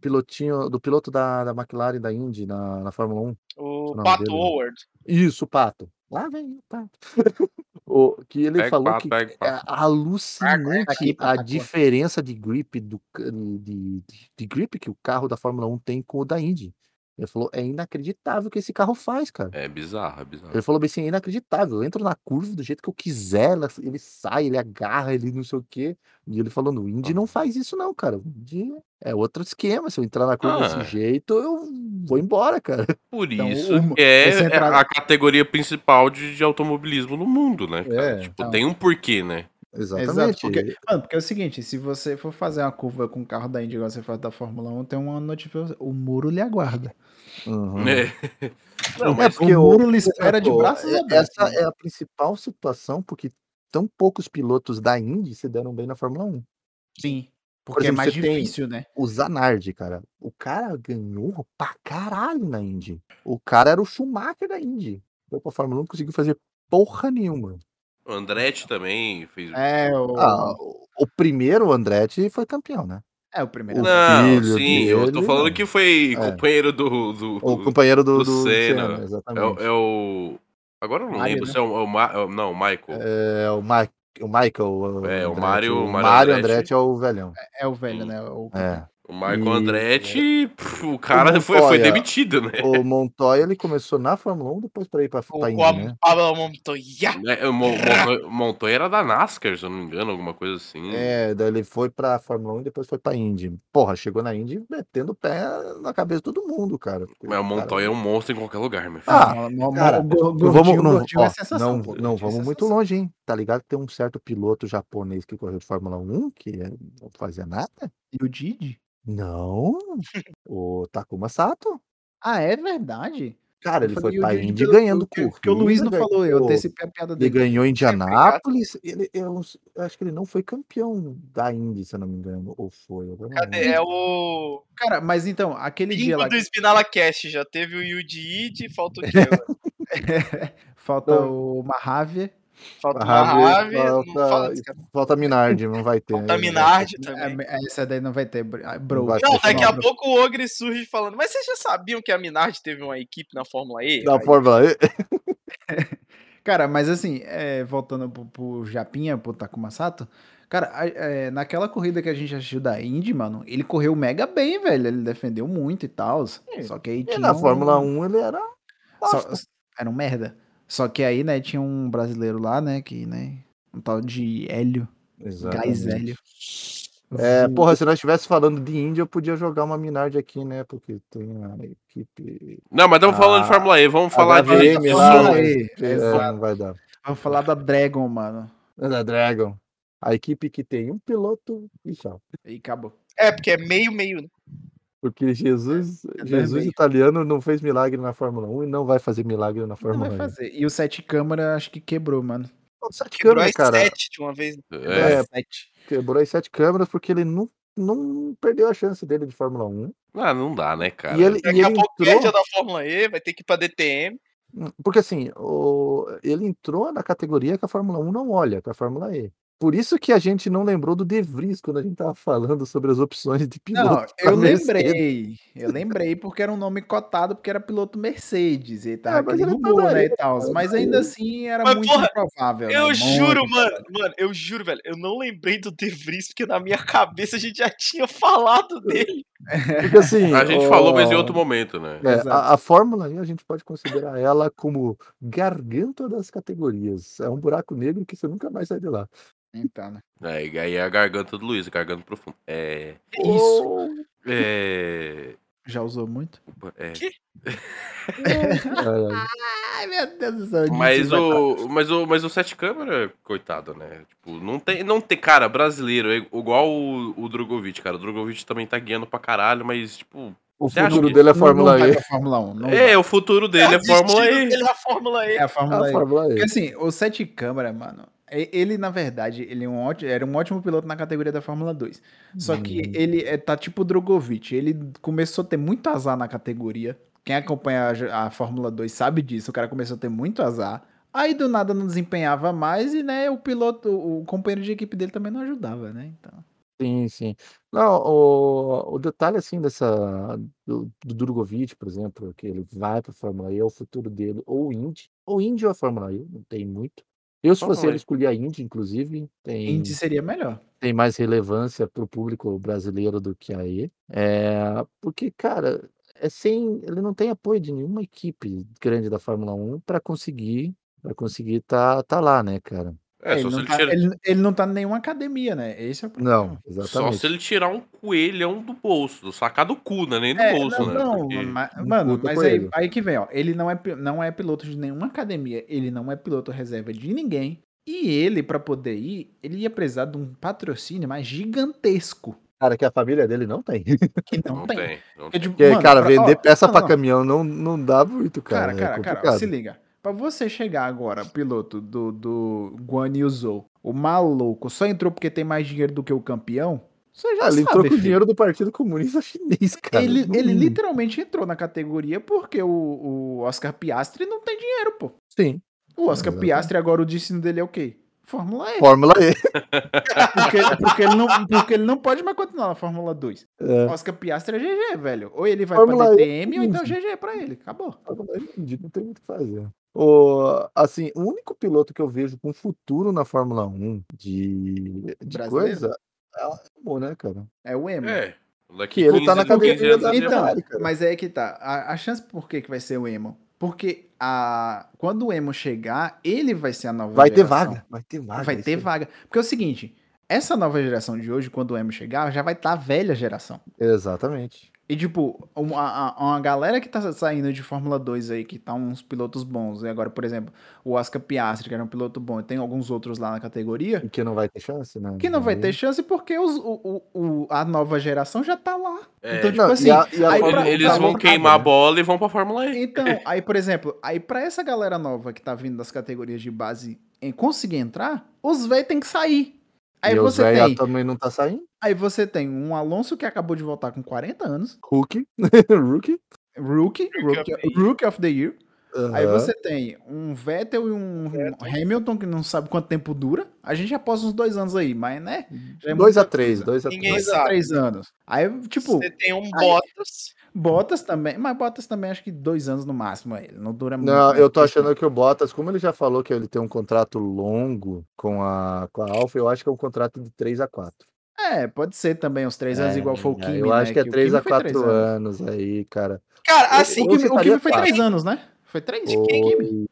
S2: pilotinho, do piloto da, da McLaren da Indy na, na Fórmula 1.
S4: O
S2: Não,
S4: Pato
S2: dele não.
S4: Howard.
S2: Isso, Pato. Lá vem o Pato. O- que ele
S3: Pega o
S2: falou
S3: pato,
S2: que
S3: pega o pato.
S2: é alucinante
S5: Aqui,
S2: a
S5: aqui.
S2: diferença de grip do ca- de, de- de grip que o carro da Fórmula 1 tem com o da Indy. Ele falou, é inacreditável o que esse carro faz, cara.
S3: É bizarro, é bizarro.
S2: Ele falou bem assim, é inacreditável. Eu entro na curva do jeito que eu quiser, ela- ele sai, ele agarra, ele não sei o quê. E ele falou, no Indy não faz isso não, cara. O Indy é outro esquema. Se eu entrar na curva
S3: Ah.
S2: desse jeito, eu vou embora, cara.
S3: Por
S5: Então,
S3: isso
S5: o-
S3: que é
S5: essa entrada-
S3: a categoria principal de, de automobilismo no mundo, né? cara?
S2: É,
S3: tipo,
S5: então.
S3: tem um porquê, né?
S5: Exato,
S2: Exatamente.
S5: porque, mano, porque é o seguinte, se você for fazer uma curva com o carro da Indy, igual você faz da Fórmula 1, tem uma notificação, o muro lhe aguarda.
S2: Uhum.
S3: É. Não,
S2: É
S3: mas
S2: porque
S5: né, o
S2: o-
S5: muro lhe espera de
S2: Pô,
S5: braços
S2: é-
S5: abertos. né?
S2: Essa é a principal situação, porque tão poucos pilotos da Indy se deram bem na Fórmula 1.
S5: Sim,
S2: Por
S5: porque é
S2: exemplo,
S5: mais
S2: você tem-
S5: difícil, né?
S2: O Zanardi, cara. O cara ganhou pra caralho na Indy. O cara era o Schumacher da Indy. Foi pra Fórmula 1 não conseguiu fazer porra nenhuma.
S3: o Andretti também fez.
S5: É, o,
S2: Ah, o o primeiro, o Andretti, foi campeão, né?
S5: é o primeiro.
S2: o
S3: não,
S2: filho
S3: sim, eu tô
S2: dele,
S3: falando
S2: não.
S3: que foi
S2: É.
S3: companheiro do. do,
S2: O
S3: do-
S2: companheiro do,
S3: do
S2: do
S3: Senna.
S2: Senna,
S3: é, o-
S2: exatamente.
S3: é o. Agora eu não
S5: Mário,
S3: lembro
S5: né?
S3: se é o. é o Ma- é o- não, o Michael.
S2: É, o, Ma o Michael.
S3: É, o
S2: Andretti.
S3: Mário-
S2: O
S3: o Mário
S2: Mário
S3: Andretti.
S2: Andretti é o velhão.
S5: É o velho, né? O
S2: É.
S3: O Michael
S2: E- é.
S3: Andretti, pff, o cara foi, foi
S2: Montoya.
S3: demitido, né?
S2: É. O Montoya, ele começou na Fórmula 1, depois pra ir pra,
S4: O,
S2: pra Indy,
S4: o
S2: né?
S4: Pablo Montoya.
S3: Né, O Mon- Montoya- Montoya era da NASCAR, se eu não me engano, alguma coisa assim.
S2: É, daí ele foi pra Fórmula 1 e depois foi pra Indy. Porra, chegou na Indy metendo o pé na cabeça de todo mundo, cara.
S3: Mas o Montoya é um monstro em qualquer lugar, meu filho.
S2: Ah, cara, Não vamos, não, ó, não,
S5: pô,
S2: não
S5: gordinho é
S2: vamos muito
S5: sensação.
S2: longe, hein? Tá ligado que tem um certo piloto japonês que correu de Fórmula 1, que é- não fazia nada?
S5: E o Didi?
S2: Não. O Takuma Sato.
S5: Ah, é verdade?
S2: Cara,
S5: Eu
S2: ele
S5: falei,
S2: foi
S5: e o
S2: pra
S5: Didi
S2: Indy
S5: que-
S2: ganhando
S5: que-
S2: curva.
S5: Que o Luiz não
S2: ganhou-
S5: falou, eu antecipei a piada
S2: Ele
S5: dele.
S2: ganhou em Indianápolis. Ele, eu, eu acho que ele não foi campeão da Indy, se eu não me engano. Ou foi? agora eu não
S4: Cadê?
S2: lembro.
S4: É o.
S5: Cara, mas então, aquele dia
S4: Bingo
S5: lá
S4: do
S5: que
S4: Spinala Cast. Já teve o Yuji Ide, falta o Geo.
S5: falta o Mahavir,
S4: Falta o
S2: Rabi,
S4: Mahave. Não
S2: falta-
S4: fala desse cara.
S2: Falta Minardi, não vai ter.
S4: Falta
S2: aí, né?
S4: Minardi também.
S5: é, essa daí não vai ter, br- ah, bro.
S2: vai
S4: Não,
S2: Acho que
S4: daqui a
S2: não.
S4: pouco o Ogre surge falando. Mas vocês já sabiam que a Minardi teve uma equipe na Fórmula E?
S2: Da
S4: Aí-
S2: Fórmula E.
S5: Cara, mas assim, é, voltando pro, pro Japinha, pro Takuma Sato, cara, a- é, naquela corrida que a gente assistiu da Indy, mano, ele correu mega bem, velho. Ele defendeu muito e tal. Só que aí
S2: É, E
S5: tinha.
S2: na
S5: um-
S2: Fórmula 1 ele era.
S5: só-
S2: bosta.
S5: era um merda. Só que aí, né, tinha um brasileiro lá, né, que, né, um tal de Hélio, Gás
S2: Exatamente.
S5: Hélio.
S2: É,
S5: Vo-
S2: porra, se nós estivéssemos falando de Índia, eu podia jogar uma Minardi aqui, né? Porque tem a equipe.
S3: Não, mas estamos falando de
S2: Ah,
S3: Fórmula E, vamos falar de,
S2: HVM
S3: de
S2: lá,
S3: som.
S5: Fórmula
S2: né?
S5: E,
S2: Que, é,
S5: exato.
S2: não vai dar.
S5: Vamos falar da Dragon, mano.
S2: Da Dragon. A equipe que tem um piloto e tchau.
S5: E acabou.
S4: É, porque é meio, meio. né?
S2: Porque Jesus,
S5: É dois
S2: Jesus
S5: meio.
S2: italiano não fez milagre na Fórmula 1 e não vai fazer milagre na
S5: Não
S2: Fórmula
S5: vai
S2: 1.
S5: fazer. E o sete câmara acho que quebrou, mano.
S2: Então, Sete
S4: Quebrou
S2: câmeras,
S4: as
S2: cara.
S4: sete de uma vez.
S3: É.
S2: É.
S5: Sete.
S2: Quebrou as sete câmeras porque ele não, não perdeu a chance dele de Fórmula 1.
S3: Ah, não dá, né, cara?
S2: e ele, e
S4: Daqui a
S2: ele
S4: pouco perde a
S2: entrou.
S4: da Fórmula E, vai ter que ir pra DTM.
S2: Porque assim, o- ele entrou na categoria que a Fórmula 1 não olha, que é a Fórmula E. Por isso que a gente não lembrou do De Vries quando a gente tava falando sobre as opções de piloto.
S5: Não,
S2: pra
S5: eu
S2: tá Mercedes.
S5: lembrei. Eu lembrei porque era um nome cotado, porque era piloto Mercedes. E
S2: É,
S5: tava
S2: mas
S5: aquele
S2: ele
S5: rumor,
S2: tava
S5: né?
S2: aí,
S5: E tal. Mas ainda assim era
S4: Mas,
S5: muito
S4: porra,
S5: improvável. né?
S4: Eu
S5: Muito
S4: juro,
S5: improvável.
S4: mano, mano, eu juro, velho. Eu não lembrei do De Vries, porque na minha cabeça a gente já tinha falado dele.
S2: Porque assim.
S3: A gente
S2: o-
S3: falou, mas em outro momento, né?
S2: é,
S5: Exato.
S2: a, a Fórmula E a gente pode considerar ela como garganta das categorias. É um buraco negro que você nunca mais sai de lá.
S5: Então, né?
S3: É, e aí a garganta do Luiz, a garganta profunda. É.
S5: Isso.
S3: É.
S5: Já usou muito?
S3: opa, é.
S2: Caralho.
S5: Ai, meu Deus do céu.
S3: Mas
S5: Didi, vai pra-
S3: o, mas o. Mas o Sete Câmara, coitado, né? Tipo, não tem. Não tem, cara, brasileiro, é igual o, o Drogovic, cara. O Drogovic também tá guiando pra caralho, mas, tipo,
S2: O
S3: Você acha
S2: futuro
S3: que- tá
S2: dele é
S5: Não-
S2: Fórmula
S5: não
S2: E.
S5: vai pra Fórmula 1. Não vai.
S3: É, o futuro
S5: Tá
S3: dele é
S4: o destino
S3: Fórmula E.
S4: dele é a Fórmula E.
S5: É a
S2: É
S5: Fórmula
S2: a
S5: E.
S2: Fórmula E.
S5: Porque assim, o Sete Câmara, mano, e- ele, na verdade, ele é um ótimo, era um ótimo piloto na categoria da Fórmula 2. Só que
S2: Hum.
S5: ele é, tá tipo o Drogovic. Ele começou a ter muito azar na categoria. Quem acompanha a j- a, Fórmula 2 sabe disso. O cara começou a ter muito azar. Aí do nada não desempenhava mais e, né, o piloto, o companheiro de equipe dele também não ajudava, né? Então.
S2: Sim, sim. Não, o, o detalhe assim dessa do, do Drogovic, por exemplo, que ele vai para a Fórmula E, é o futuro dele, ou o Indy, ou Indy ou a Fórmula E, não tem muito. Eu, se fosse
S3: Fórmula
S2: ele,
S3: E.
S2: escolhi a Indy, inclusive, tem,
S5: Indy seria melhor.
S2: tem mais relevância para o público brasileiro do que a E. É, porque, cara, é sem, ele não tem apoio de nenhuma equipe grande da Fórmula 1 para conseguir, para conseguir tá, tá lá, né, cara?
S3: É,
S5: ele,
S3: só, se
S5: não
S3: ele
S5: tá,
S3: tirar,
S5: ele- ele não tá em nenhuma academia, né? Esse é o problema.
S2: Não,
S3: só
S2: exatamente.
S3: se ele tirar um coelhão do bolso, do sacar do cu, né? Nem do
S5: É,
S3: bolso,
S5: não,
S3: né?
S5: não,
S3: Porque-
S5: ma-
S2: não
S5: mano,
S2: conta
S5: mas
S2: com
S5: aí,
S2: ele.
S5: aí que vem, ó. Ele não é, pi- não é piloto de nenhuma academia, ele não é piloto reserva de ninguém. E ele, pra poder ir, ele ia precisar de um patrocínio mais gigantesco.
S2: Cara, que a família dele não tem.
S5: Que não,
S3: Não
S5: tem.
S3: tem. não
S5: Porque,
S3: tem.
S5: tipo,
S2: Porque,
S5: mano,
S2: cara,
S5: pra-
S2: vender
S5: ó,
S2: peça
S5: não,
S2: pra
S5: não.
S2: caminhão não, não dá muito, cara.
S5: Cara,
S2: é
S5: cara, cara,
S2: complicado.
S5: se liga. Pra você chegar agora, piloto do, do Guan Yu Zhou, o maluco só entrou porque tem mais dinheiro do que o campeão, você já
S2: Ah, ele
S5: sabe,
S2: entrou com o
S5: filho.
S2: dinheiro do Partido Comunista Chinês, cara.
S5: ele,
S2: no
S5: ele
S2: mínimo.
S5: literalmente entrou na categoria porque o, o Oscar Piastri não tem dinheiro, pô.
S2: Sim.
S5: O Oscar
S2: É, Exatamente.
S5: Piastri agora o destino dele é o quê? Fórmula E.
S2: Fórmula E.
S5: Porque, porque ele não, porque ele não pode mais continuar na Fórmula 2.
S2: É.
S5: Oscar Piastri é GG, velho. Ou ele vai
S2: Fórmula
S5: pra
S2: E.
S5: DTM ou então GG pra ele. Acabou.
S2: Fórmula E não digo, não tem muito o que fazer. O, assim, o único piloto que eu vejo com futuro na Fórmula 1 de, de
S5: Brasileiro?
S2: coisa é o Hamilton, né, cara?
S5: É o Emo.
S3: É. Daqui
S2: Que ele tá na
S3: 15, 15
S2: cadeira
S3: anos
S2: da
S3: ele
S5: Então,
S2: Ferrari, cara.
S5: mas é que tá. A, a chance por que, que vai ser o Emo? Porque a, quando o Emo chegar, ele vai ser a nova
S2: Vai ter
S5: geração.
S2: vaga. Vai ter vaga.
S5: Vai ter
S2: isso
S5: vaga. Porque é o seguinte, essa nova geração de hoje, quando o Emo chegar, já vai estar a velha geração.
S2: aí. Exatamente.
S5: E, tipo, uma, a- uma galera que tá saindo de Fórmula 2 aí, que tá uns pilotos bons. E agora, por exemplo, o Oscar Piastri, que era um piloto bom, e tem alguns outros lá na categoria,
S2: E que não vai ter chance, né?
S5: que não vai
S2: Aí-
S5: ter chance porque os- o, o- o- a nova geração já tá lá.
S3: É.
S5: Então, tipo
S2: Não, e
S5: assim,
S2: a- e a- um
S5: aí
S3: Ele-
S5: pra-
S3: eles
S5: pra
S3: vão
S5: outra-
S3: queimar a
S2: né?
S3: bola e vão pra Fórmula E.
S5: Então, aí, por exemplo, aí pra essa galera nova que tá vindo das categorias de base em conseguir entrar, os véi tem que sair. Aí
S2: e o
S5: você
S2: Zé
S5: tem,
S2: também não tá saindo.
S5: aí você tem um Alonso que acabou de voltar com 40 anos,
S2: Hulk. Rookie.
S5: rookie,
S4: Rookie
S5: rookie,
S4: of the Year.
S5: rookie of the year. Aí
S2: Aham.
S5: você tem um Vettel e um Hamilton que não sabe quanto tempo dura. A gente já passa uns dois anos aí, mas né? Já é
S2: 2 a
S5: muita
S2: 3
S5: coisa.
S2: 2 a
S4: Ninguém
S2: 3
S5: Dois a
S4: sabe.
S5: três anos. Aí, tipo,
S4: Você tem um
S5: aí-
S4: Bottas.
S5: Bottas também. Mas Bottas também acho que dois anos no máximo. Ele não dura muito.
S2: Não,
S5: né?
S2: eu tô achando que o Bottas, como ele já falou que ele tem um contrato longo com a, com a Alfa, eu acho que é um contrato de 3 a 4.
S5: É, pode ser também uns três anos, igual foi o Kimi.
S2: É, Eu acho
S5: né?
S2: que é
S5: o
S2: 3
S5: Kimi
S2: a
S5: foi três
S2: 4 anos. tá aí, cara.
S4: Cara,
S5: O
S4: assim,
S5: Kimi, o
S2: Estaria
S5: Kimi foi três
S2: fácil.
S5: anos, né? Foi três?
S2: Ou-
S5: Kimi?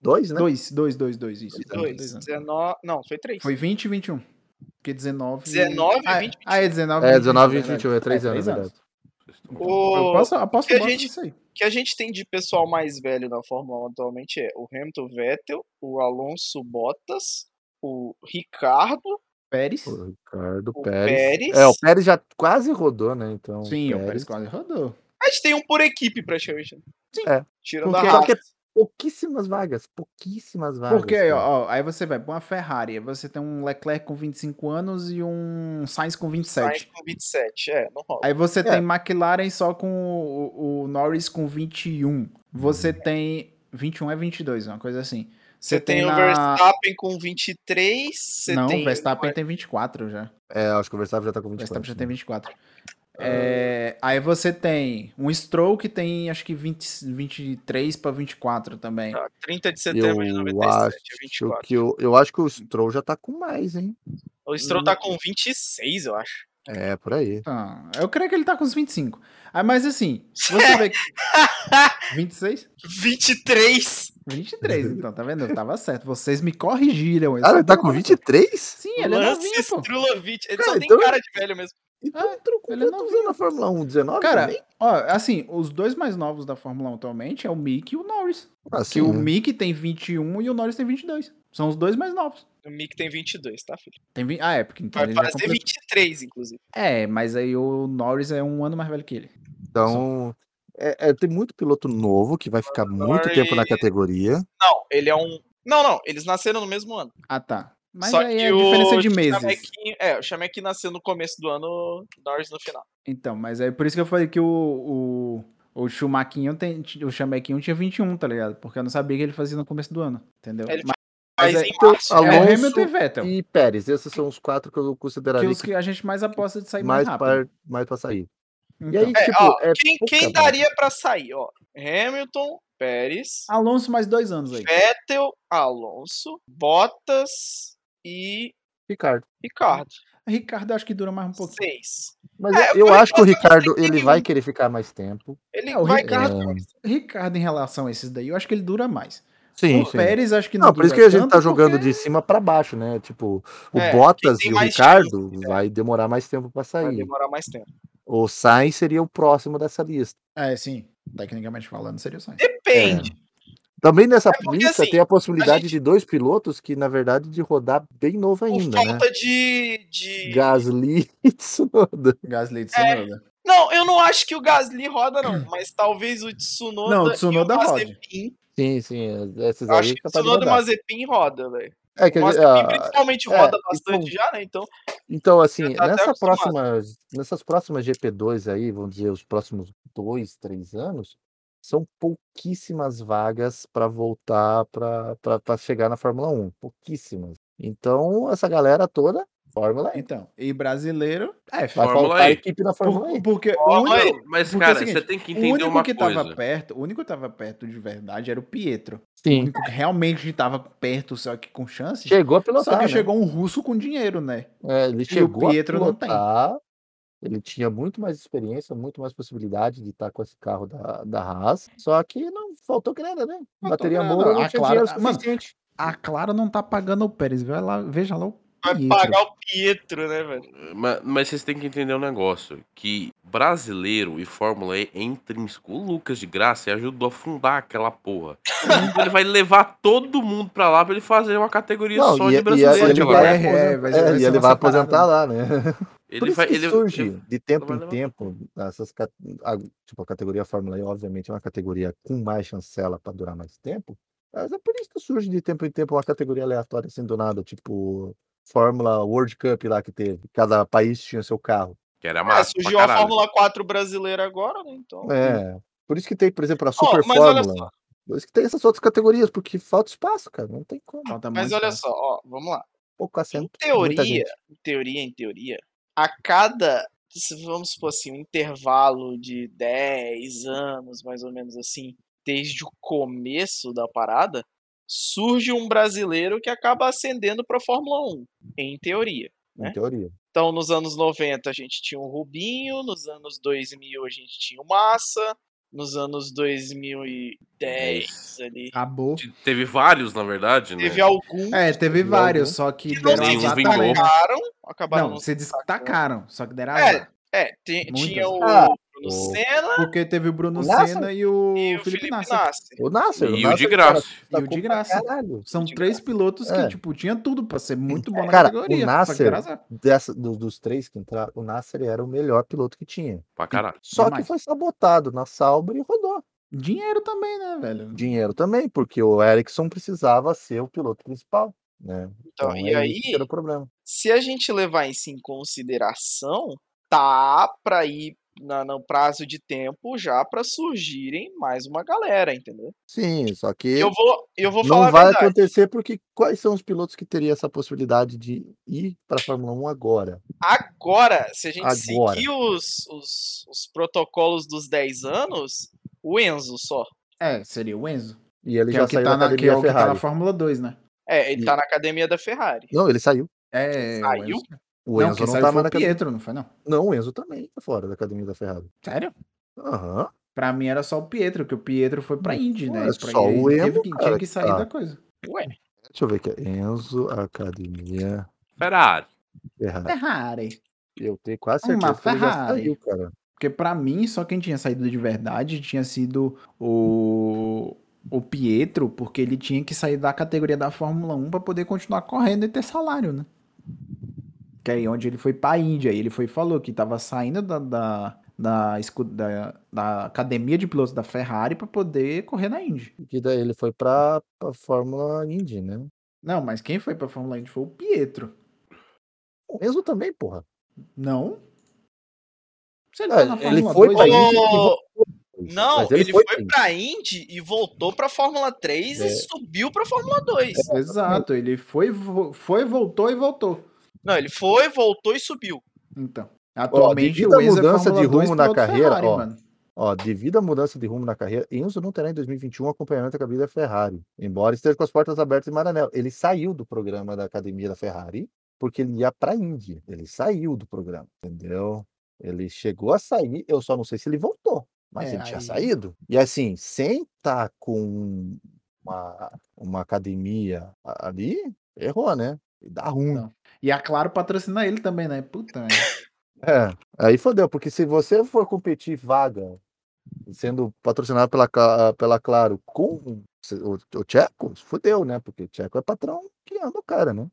S2: Dois, né?
S5: Dois, dois, dois, dois. Isso.
S4: dois,
S5: anos.
S4: 19, não, foi três.
S5: Foi 20 e 21. Porque 19.
S4: 19,
S5: ah,
S4: 20,
S5: Ah, é 19
S2: É, 19 e
S5: verdade.
S2: 21, é 3
S5: É,
S2: anos,
S5: três
S2: é
S5: anos.
S2: verdade.
S3: Vocês tão-
S5: Eu
S4: O
S5: posso, aposto
S4: que a
S5: que
S4: gente-
S5: isso aí.
S4: que a gente tem de pessoal mais velho na Fórmula 1 atualmente é o Hamilton Vettel, o Alonso Bottas, o Ricardo,
S5: Pérez.
S2: O Ricardo
S4: o
S2: Pérez.
S4: Pérez.
S2: É, o Pérez já quase rodou, né? Então,
S5: Sim, o Pérez quase rodou.
S4: A gente tem um por equipe praticamente. Sim.
S2: É.
S4: Tirando
S5: Porque-
S4: a
S2: Só
S4: Haas.
S2: que é pouquíssimas vagas, pouquíssimas vagas.
S5: Porque,
S2: cara.
S5: ó, ó, aí você vai pra uma Ferrari, aí você tem um Leclerc com 25 anos e um Sainz com 27.
S4: Sainz com 27, é, não rola.
S5: Aí você tem McLaren só com o, o- o Norris com 21. Você tem. 21 é 22, uma coisa assim.
S4: Você tem, o
S5: na-
S4: Verstappen com 23, você
S5: Não,
S4: tem
S5: o Verstappen tem 24 já.
S2: É, acho que o Verstappen já tá com
S5: O
S2: 20
S5: Verstappen já tem 24. É, aí você tem um Stroll que tem acho que 20, 23 pra 24 também.
S4: ah, 30 de setembro de
S2: Eu
S4: 97,
S2: acho,
S4: é 24.
S2: que o, eu acho que o Stroll já tá com mais, hein?
S4: O Stroll tá com 26, eu acho.
S2: É, por aí.
S5: Então, eu creio que ele tá com uns 25. Ah, mas assim, você vê que. 26?
S4: 23!
S5: 23, então, tá vendo? Eu tava certo. Vocês me corrigiram. eu
S2: Cara,
S5: só
S2: ele tá
S5: tô
S2: com
S5: errado.
S2: 23?
S5: Sim, ele é
S4: Lance
S5: novinho, pô.
S4: Strulovic. Ele
S2: Cara,
S4: só tem
S2: então-
S4: cara de velho mesmo.
S2: Então trocou
S5: ele é
S2: quantos anos na Fórmula 1? 19
S5: Cara,
S2: também?
S5: ó, assim, os dois mais novos da Fórmula 1 atualmente é o Mick e o Norris.
S2: Assim,
S5: Que o
S2: né?
S5: Mick tem 21 e o Norris tem 22. São os dois mais novos.
S4: O Mick tem 22, tá, filho?
S5: Tem vi- Ah, é, porque então
S4: Vai
S5: ele já
S4: fazer
S5: completou-
S4: 23, inclusive.
S5: É, mas aí o Norris é um ano mais velho que ele.
S2: Então, é- é, tem muito piloto novo que vai ficar muito
S4: Norris-
S2: tempo na categoria.
S4: Não, ele é um. Não, não, eles nasceram no mesmo ano.
S5: Ah, tá. Mas
S4: Só
S5: aí
S4: que
S5: é a diferença
S4: o
S5: de meses.
S4: Chamequinho- é, o Chamek nasceu no começo do ano, Norris no final.
S5: Então, mas aí por isso que eu falei que o, o, o Chumaquinho tem. O Chamequinho tinha 21, tá ligado? Porque eu não sabia que ele fazia no começo do ano. Entendeu?
S4: Ele
S5: mas
S4: Mas,
S2: Mas é-
S4: em março,
S2: então,
S5: é o
S2: Alonso
S5: Hamilton e Vettel.
S2: E Pérez, esses são os quatro que eu
S5: que
S2: consideraria
S5: os
S2: que
S5: que a gente mais aposta de sair mais,
S2: mais,
S5: rápido.
S2: pra, mais pra sair.
S5: Então.
S2: E aí,
S4: É,
S2: tipo,
S4: ó,
S2: é
S4: quem,
S2: pouca
S4: quem
S2: vaga.
S4: daria pra sair, ó? Hamilton, Pérez,
S5: Alonso mais dois anos aí.
S4: Vettel, Alonso, Bottas e
S2: Ricardo.
S4: Ricardo.
S5: Ricardo acho que dura mais um pouquinho.
S4: Seis.
S2: Mas
S4: É,
S2: eu
S4: por
S2: acho que um o
S4: enquanto,
S2: Ricardo
S4: tem
S2: ele
S4: nenhum.
S2: vai querer ficar mais tempo.
S4: Ele
S5: É, o
S4: vai
S5: Ricardo-
S4: ganhar.
S5: Ricardo, em relação a esses daí, eu acho que ele dura mais.
S2: Sim,
S5: o Pérez, acho que não.
S2: Não, por isso que
S5: dura
S2: a gente
S5: tanto,
S2: tá jogando
S5: porque
S2: de cima pra baixo, né? Tipo, o
S4: É,
S2: Bottas
S4: quem
S2: e
S4: tem
S2: o
S4: mais é.
S2: Ricardo vai demorar mais tempo pra
S4: Vai
S2: sair.
S4: demorar mais tempo.
S2: O Sainz seria o próximo dessa lista.
S5: É, sim. Tecnicamente falando, seria o Sainz. É.
S4: Depende.
S2: Também nessa
S4: É. porque,
S2: lista
S4: assim,
S2: tem a possibilidade
S4: gente-
S2: de dois pilotos que, na verdade, de rodar bem novo
S4: Por
S2: ainda, né?
S4: falta de. de...
S2: Gasly e Tsunoda.
S5: Gasly de né?
S4: É.
S5: Tsunoda.
S4: Não, eu não acho que o Gasly roda, não. Mas talvez o Tsunoda.
S5: Não, o
S4: e
S5: Tsunoda
S4: Mazepin.
S2: Sim, sim, esses
S4: Eu
S2: aí
S4: acho
S2: é
S4: que o
S2: capaz de
S4: Tsunoda e o
S2: rodar.
S4: Mazepin roda, velho.
S2: É que
S4: O
S2: a gente-
S4: Mazepin
S2: ah,
S4: principalmente
S2: é,
S4: roda
S2: então-
S4: bastante já, né? Então.
S2: Então, assim,
S4: Já tá até
S2: nessa
S4: acostumado.
S2: próxima, nessas próximas GP2 aí, vamos dizer, os próximos dois, três anos, são pouquíssimas vagas para voltar para chegar na Fórmula 1. Pouquíssimas. Então, essa galera toda, Fórmula E.
S5: Então, e brasileiro. É,
S2: Vai
S3: Fórmula
S2: faltar
S3: E.
S2: equipe na
S5: por-
S2: Fórmula E.
S5: porque o
S4: Ó,
S5: único,
S3: Mas,
S5: porque é o
S3: cara,
S5: seguinte,
S3: você tem que
S5: o
S3: entender
S5: único
S3: uma
S5: que
S3: coisa.
S5: tava perto, o único que tava perto de verdade era o Pietro. O
S2: Sim.
S5: único que realmente tava perto, só que com chances.
S2: Chegou a
S5: só
S2: pilotar.
S5: que
S2: né?
S5: chegou um russo com dinheiro, né?
S2: É, ele chegou
S5: Pietro
S2: a
S5: não tem.
S2: pilotar, ele tinha muito mais experiência, muito mais possibilidade de estar com esse carro da, da Haas, só que não faltou grana, né? Bateria
S5: grana.
S2: boa, não
S5: Ah,
S2: tinha
S5: claro.
S2: dinheiro
S5: Ah, mano,
S2: suficiente.
S5: A Clara não tá pagando o Pérez. Vai lá, veja lá o
S4: Vai
S5: Pietro.
S4: pagar o Pietro, né, velho?
S3: Ma- Mas vocês têm que entender um negócio: que brasileiro e Fórmula E é intrínseco. O Lucas de Graça ajudou a fundar aquela porra. Então ele vai levar todo mundo pra lá pra ele fazer uma categoria
S2: Não,
S3: só
S2: e-
S3: de
S2: e
S3: brasileiro.
S2: ele
S3: de
S2: vai-
S3: lá.
S5: É, é, vai- vai
S2: É, e
S5: ser
S2: ele
S5: nossa
S2: vai
S5: parada,
S2: aposentar lá, né?
S3: Ele
S2: Por isso
S3: vai-
S2: que
S3: ele-
S2: surge
S3: ele-
S2: de tempo
S3: vai
S2: em
S3: levar-
S2: tempo, essas, ca- a, tipo, a categoria Fórmula E, obviamente, é uma categoria com mais chancela para durar mais tempo, mas é por isso que surge de tempo em tempo uma categoria aleatória assim do nada, tipo Fórmula World Cup lá que teve, cada país tinha seu carro.
S3: Que era
S4: É,
S3: massa. Ah, pra
S4: surgiu a
S3: caralho.
S4: Fórmula 4 brasileira agora, né? Então.
S2: É,
S3: Uhum.
S2: por isso que tem, por exemplo, a Super
S4: mas olha
S2: Fórmula. Por isso que tem essas outras categorias, porque falta espaço, cara, não tem como,
S5: Falta
S4: Mas
S5: muito,
S4: olha
S2: é.
S5: cara.
S4: só, ó, vamos lá.
S2: pouco assento.
S4: Em
S2: muita
S4: teoria,
S2: gente.
S4: em teoria, em teoria, a cada, se vamos supor assim, um intervalo de 10 anos, mais ou menos assim, desde o começo da parada, surge um brasileiro que acaba ascendendo para a Fórmula 1, em teoria.
S2: em
S4: né?
S2: teoria.
S4: Então, nos anos 90 a gente tinha o Rubinho, nos anos 2000 a gente tinha o Massa, nos anos 2010 ali.
S5: Acabou.
S3: Te- Teve vários, na verdade, né?
S4: Teve algum
S5: Ah, É, teve
S2: Não,
S5: vários,
S2: né?
S5: só que
S4: não
S5: deram
S4: se
S3: Nenhum
S5: azar
S3: vingou.
S5: também. né?
S4: destacaram, acabaram
S5: Não,
S4: se
S5: se destacaram, só que deram
S4: É,
S5: azar.
S4: É, ti-
S5: Muitas.
S4: tinha o
S2: Ah,
S4: Bruno
S2: o-
S4: Senna
S5: Porque teve o Bruno
S2: O Nasser?
S5: Senna e o,
S4: e o
S5: Felipe, Nasser.
S4: Nasser.
S2: O Nasser,
S3: E o
S2: Nasser,
S3: de
S2: cara,
S3: graça.
S5: E o de
S2: destacou pra
S5: graça.
S2: Caralho.
S5: São
S4: De
S5: três pilotos que,
S2: É.
S5: tipo, tinha tudo pra ser muito bom na
S2: Cara, o
S5: categoria. só que
S2: Nasser-
S5: deram azar.
S2: dessa, do- dos três que entraram, o Nasser era o melhor piloto que tinha.
S3: Pra caralho.
S2: Só
S5: Demais.
S2: que foi sabotado na Sauber e rodou.
S5: Dinheiro também, né, velho?
S2: Dinheiro também, porque o Ericsson precisava ser o piloto principal. Né?
S4: Então, e
S2: é
S4: aí,
S2: isso que era o problema.
S4: se a gente levar isso em consideração, tá pra ir na, no prazo de tempo já pra surgirem mais uma galera, entendeu?
S2: Sim, só que
S4: Eu vou, eu vou falar
S2: não
S4: a
S2: vai
S4: verdade.
S2: acontecer, porque quais são os pilotos que teriam essa possibilidade de ir para a Fórmula 1 agora?
S4: Agora, se a gente
S2: Agora.
S4: seguir os, os, os protocolos dos 10 anos, o Enzo só.
S5: É, seria o Enzo.
S2: E ele
S5: que é
S2: já
S5: o que
S2: saiu
S5: tá,
S2: da
S5: na, que é
S2: academia
S5: o que tá na
S2: Ferrari.
S5: Fórmula 2, né?
S4: É, ele
S2: E-
S4: tá na academia da Ferrari.
S2: Não, ele saiu.
S5: É, o
S4: Saiu?
S5: Enzo.
S2: O
S5: não,
S2: Enzo
S5: quem
S2: não,
S5: saiu
S2: tá
S5: foi
S2: mais
S5: o
S2: na academia.
S5: Pietro, não foi, não?
S2: Não, o Enzo também tá fora da academia da Ferrari.
S5: Sério?
S2: Aham.
S5: Pra mim era só o Pietro, que o Pietro foi pra Indy, né?
S2: Ué,
S5: Pra-
S2: só
S5: e
S2: o
S5: teve
S2: Enzo,
S5: que- tinha
S2: cara,
S5: que
S2: que
S5: sair
S2: tá.
S5: da coisa.
S4: Ué,
S2: Deixa eu ver aqui. Enzo, academia
S3: Ferrari.
S2: Ferrari.
S5: Ferrari.
S2: Eu tenho quase
S5: Uma
S2: certeza que ele já
S5: Ferrari.
S2: saiu, cara.
S5: Porque pra mim, só quem tinha saído de verdade tinha sido o, o Pietro, porque ele tinha que sair da categoria da Fórmula 1 pra poder continuar correndo e ter salário, é né? Que aí onde ele foi pra Índia, e ele foi e falou que tava saindo da, da, da, escu- da, da academia de pilotos da Ferrari para poder correr na Indy.
S2: E daí ele foi pra, pra Fórmula Indy, né?
S5: Não, mas quem foi pra Fórmula Indy foi o Pietro.
S2: O mesmo também, porra.
S5: Não? Se tá
S2: Ah, ele foi
S5: dois
S2: pra
S5: ainda-
S2: Indy.
S4: Ô, Não,
S2: Mas
S4: ele, foi,
S2: pra Indy.
S4: pra Indy e voltou pra Fórmula 3
S2: É.
S4: e subiu pra Fórmula 2.
S5: Exato, ele foi, vo- foi, voltou e voltou.
S4: Não, ele foi, voltou e subiu.
S5: Então, atualmente
S2: devido à
S5: o ex é
S2: mudança
S5: Fórmula
S2: de
S5: 2
S2: rumo na
S5: piloto
S2: carreira,
S5: Ferrari,
S2: ó.
S5: mano.
S2: Ó, devido à mudança de rumo na carreira, Enzo não terá em 2021 acompanhamento da cabine da Ferrari, embora esteja com as portas abertas em Maranello. Ele saiu do programa da academia da Ferrari porque ele ia para a Índia. Ele saiu do programa, entendeu? Ele chegou a sair, eu só não sei se ele voltou, mas
S5: É,
S2: ele tinha
S5: aí-
S2: saído. E assim, sem estar com uma, uma academia a- ali, errou, né? E Dá ruim.
S5: Não. E a Claro patrocina ele também, né? Puta, né?
S2: É, aí fodeu, porque se você for competir vaga, sendo patrocinado pela, Ca- pela Claro com o, o Tcheco, fodeu, né? Porque o Tcheco é patrão que ama o cara, né?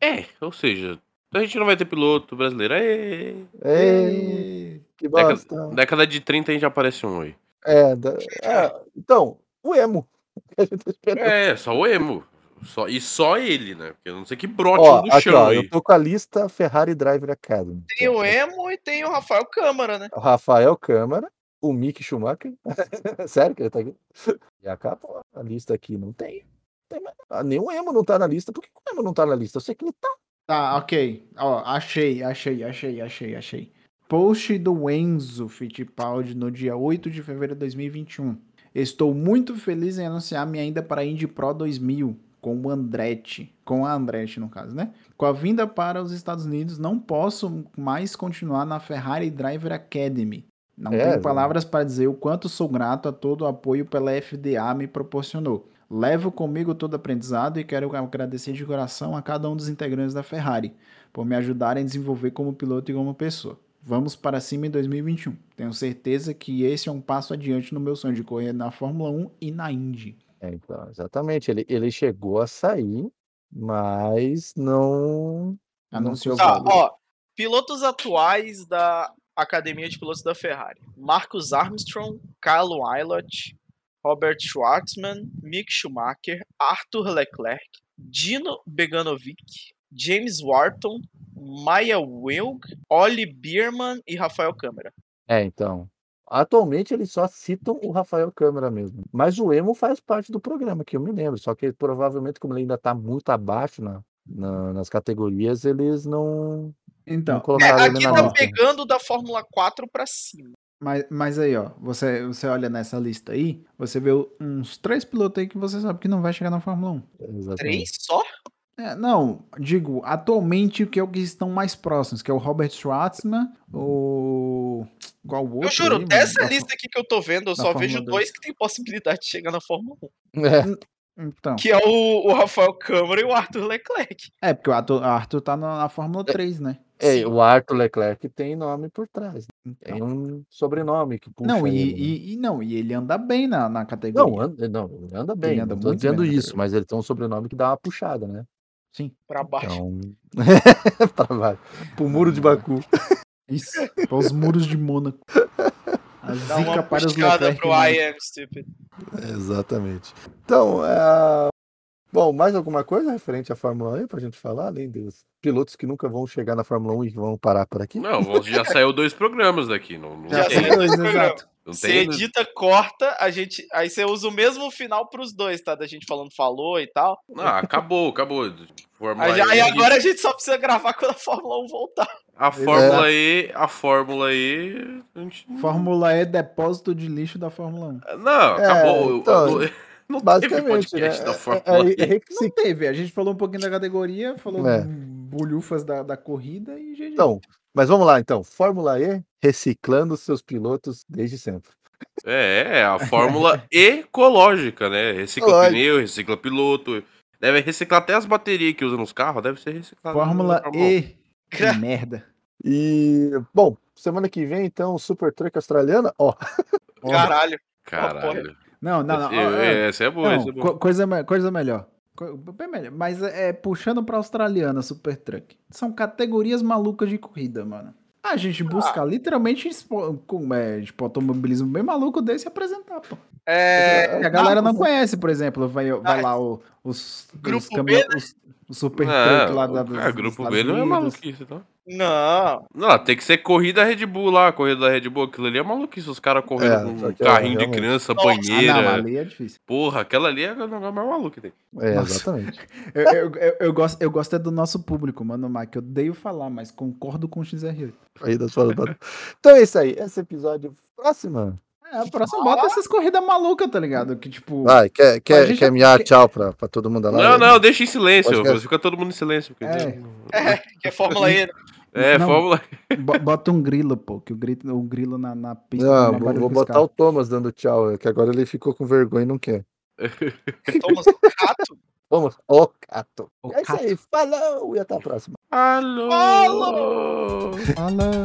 S3: É, ou seja, a gente não vai ter piloto brasileiro. Aê!
S2: Ei, que
S3: Década-
S2: bosta.
S3: Década de 30 a gente aparece um aí.
S2: É, da- é, então, o emo. que a gente tá esperando.
S3: É, só o Emo. Só, e só ele, né? Porque eu não sei que brote
S2: Ó,
S3: do
S2: aqui,
S3: chão
S2: ó,
S3: aí.
S2: eu tô com a lista Ferrari Driver Academy.
S4: Tem o Emo e tem o Rafael Câmara, né?
S2: O Rafael Câmara, o Mick Schumacher. Sério que ele tá aqui? E a capa, ó, a lista aqui não tem. Não tem mais- ah, Nenhum emo não tá na lista. Por que que o emo não tá na lista? Eu sei que ele tá.
S5: Tá, ok. Ó, achei, achei, achei, achei, achei. Post do Enzo Fittipaldi no dia 8 de fevereiro de 2021. Estou muito feliz em anunciar minha ainda para a Indy Pro 2000 com o Andretti, com a Andretti no caso, né? Com a vinda para os Estados Unidos, não posso mais continuar na Ferrari Driver Academy. Não
S2: É,
S5: tenho
S2: velho.
S5: palavras para dizer o quanto sou grato a todo o apoio pela FDA me proporcionou. Levo comigo todo aprendizado e quero agradecer de coração a cada um dos integrantes da Ferrari por me ajudarem a desenvolver como piloto e como pessoa. Vamos para cima em 2021. Tenho certeza que esse é um passo adiante no meu sonho de correr na Fórmula 1 e na Indy.
S2: É, então, exatamente. Ele, ele chegou a sair, mas não. Não
S5: Anunciou
S2: sei.
S4: Tá,
S5: Valdo.
S4: ó. Pilotos atuais da Academia de Pilotos da Ferrari: Marcus Armstrong, Carlo Ailot, Robert Schwartzman, Mick Schumacher, Arthur Leclerc, Dino Beganovic, James Wharton, Maya Wilg, Oli Bierman e Rafael Câmara.
S2: É, então. Atualmente eles só citam o Rafael Câmara mesmo. Mas o Emo faz parte do programa, que eu me lembro. Só que provavelmente, como ele ainda tá muito abaixo na, na- nas categorias, eles não, não
S5: Então,
S4: É,
S2: colocaram ele
S4: aqui
S2: na
S4: tá
S2: lista.
S4: pegando da Fórmula 4 pra cima.
S5: mas, mas aí, ó, você, você olha nessa lista aí, você vê uns três pilotos aí que você sabe que não vai chegar na Fórmula 1.
S2: Exatamente.
S4: Três só?
S5: É, não, digo, atualmente o que é o que estão mais próximos, que é o Robert Schwartzman, o. Qual o outro?
S4: Eu juro,
S5: aí, mano?
S4: dessa
S5: Da-
S4: lista aqui que eu tô vendo, eu
S5: da
S4: só
S5: Fórmula
S4: vejo
S5: 2.
S4: dois que tem possibilidade de chegar na Fórmula 1.
S2: É,
S5: Então.
S4: Que é o, o Rafael Câmara e o Arthur Leclerc.
S5: É, porque o Arthur, Arthur tá na, na Fórmula 3, né?
S2: é, o Arthur Leclerc tem nome por trás.
S5: Então-
S2: Tem um sobrenome que puxa.
S5: não, e,
S2: ele, né?
S5: e- e não, e ele anda bem na, na categoria.
S2: Não, anda, não, ele anda bem.
S5: anda
S2: não tô
S5: muito bem né?
S2: dizendo
S5: na
S2: isso,
S5: categoria.
S2: mas ele tem um sobrenome que dá uma puxada, né?
S5: Sim.
S4: Pra baixo.
S2: Então. pra baixo. É, Pro muro de Baku.
S5: Isso. Para os muros de Mônaco. A
S4: Dá uma
S5: Então, zica para os
S4: puxada
S5: Leclerc. né?
S4: pro
S5: mano.
S4: I am stupid.
S2: Exatamente. Então, é... bom, mais alguma coisa referente à Fórmula 1 pra gente falar, além dos pilotos que nunca vão chegar na Fórmula 1 e que vão parar por aqui?
S3: Não, vamos- já saiu dois programas daqui. Não, não
S5: Já
S4: Já
S3: tem.
S5: são
S4: sei.
S5: dois, exato.
S3: Não
S4: Você
S5: né?
S3: tem
S4: edita, corta, a gente. Aí você usa o mesmo final pros dois, tá? Da gente falando falou e tal.
S3: Ah, acabou, acabou. Fórmula
S4: Aí, já-
S3: E,
S4: aí agora a gente só precisa gravar quando a Fórmula 1 voltar.
S3: A Fórmula E, a Fórmula E. a gente-
S5: Fórmula E, depósito de lixo da Fórmula 1.
S3: Não,
S2: É,
S3: acabou. Eu-
S2: então,
S3: eu- não teve
S2: Basicamente, né?
S3: podcast da
S2: É,
S3: Fórmula
S2: é- é
S3: E.
S2: requisito.
S5: Não teve, a gente falou um pouquinho da categoria, falou um
S2: É.
S5: bolhufas da, da corrida e GG.
S2: Então, mas vamos lá, então. Fórmula E reciclando seus pilotos desde sempre.
S3: É, é a Fórmula ecológica, né? Recicla
S2: Lógico.
S3: pneu, recicla piloto. Deve reciclar até as baterias que usa nos carros, deve ser reciclado.
S5: Fórmula
S4: Tá
S5: E. Que
S4: Gra-
S5: merda.
S2: E, bom, semana que vem, então, Super Truck Australiana. Ó,
S5: Ó,
S4: Caralho.
S3: Caralho.
S5: Não, não, não. ó,
S3: Esse-
S5: ó,
S3: Essa é boa,
S5: Não,
S3: essa é boa.
S5: co- coisa, me- coisa melhor. Co- Bem melhor. Mas é, é, puxando pra australiana Super Truck. São categorias malucas de corrida, mano. A gente
S3: Ah.
S5: buscar literalmente expo- com, é, tipo, automobilismo bem maluco desse e apresentar, pô.
S4: É,
S5: Que a galera não
S2: você-
S5: conhece, por exemplo, vai,
S3: Ah,
S5: vai lá o, os,
S4: Grupo
S5: os, caminhão-
S4: B,
S5: os, o super
S3: né? É,
S5: truck lá da, dos,
S3: é, grupo B não é
S5: maluco.
S3: maluquice, tá?
S4: não.
S3: Não, tem que ser corrida Red Bull lá, corrida da Red Bull, aquilo ali é maluquice, os caras
S2: É,
S3: correndo com
S2: só
S3: um
S2: que é,
S3: carrinho de
S2: realmente.
S3: criança,
S4: Nossa,
S5: Ah, não,
S3: banheira.
S5: ali é difícil.
S3: Porra, aquela ali é o negócio mais maluco que tem.
S2: É,
S5: Nossa.
S2: exatamente.
S5: Eu, eu, eu, eu gosto, eu gosto é do nosso público, mano, Mac. Eu odeio falar, mas concordo com o XR8.
S2: Aí das falas do- Então é isso aí. Esse episódio próximo.
S5: É, a próxima bota essas corridas malucas, tá ligado? Que tipo.
S2: Vai, quer,
S5: a
S2: quer,
S5: gente
S2: quer
S5: já-
S2: miar tchau pra, pra todo mundo lá?
S3: Não, não, deixa em silêncio,
S2: Podcast.
S3: fica todo mundo em silêncio. porque-
S5: É.
S4: É, que é Fórmula E. né?
S3: É,
S5: Não.
S3: Fórmula
S5: bo- Bota um grilo, pô. Que o grilo, o grilo na, na pista.
S2: Não,
S5: não é
S2: vou, vou botar um o Thomas dando tchau, é, que agora ele ficou com vergonha e não quer.
S4: Thomas do Rato.
S2: Vamos, ô Cato.
S5: Ô,
S2: É isso aí, falou e até a próxima.
S3: Alô!
S4: Alô!
S5: Fala.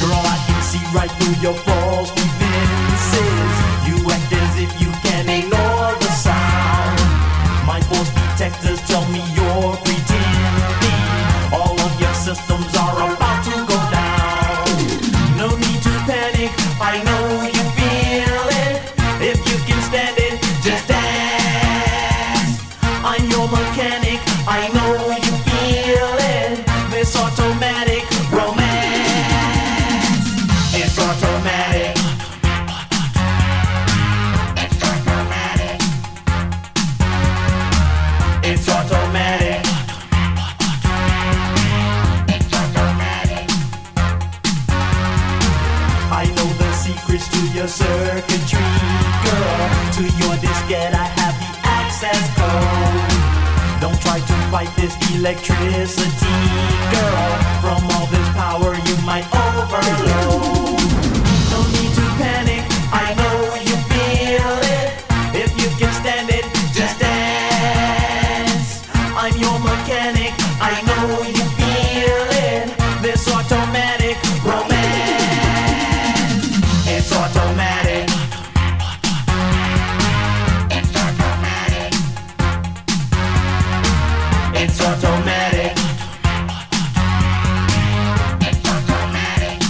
S1: Girl, I can see right through your false defenses. You act as if you can ignore the sound. My force detectors tell me you're pretending. All of your systems are about to go down. No need to panic, I know you feel it. If you can stand it, just dance. I'm your mechanic, I know you feel it. This automatic romance. It's automatic. It's automatic. I know the secrets to your circuitry, girl. To your diskette, I have the access code. Don't try to fight this electricity, girl. From all this power, you might overload. No need to panic, I know you feel it. If you can stand it, just dance. I'm your mechanic, I know you feel it. This automatic romance. It's automatic. It's automatic. It's automatic.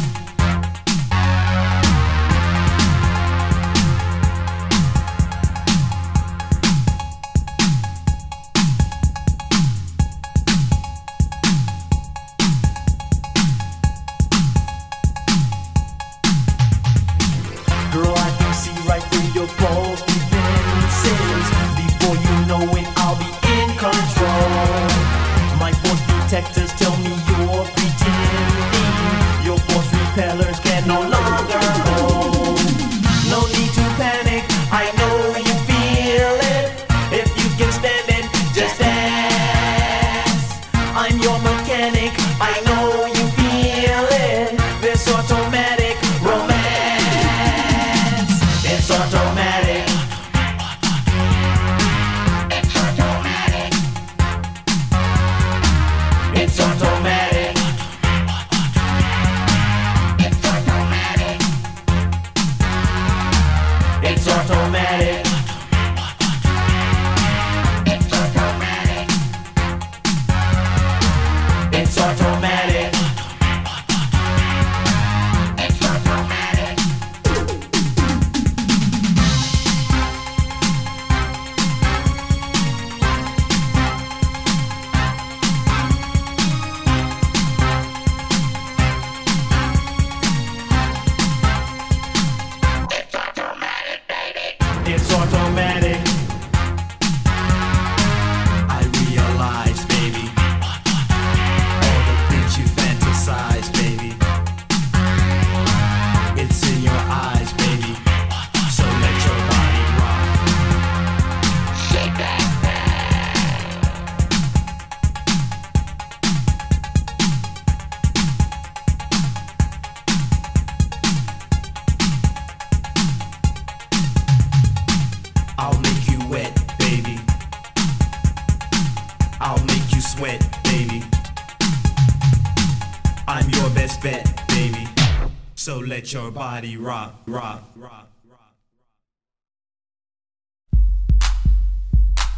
S1: let your body rock, rock, rock.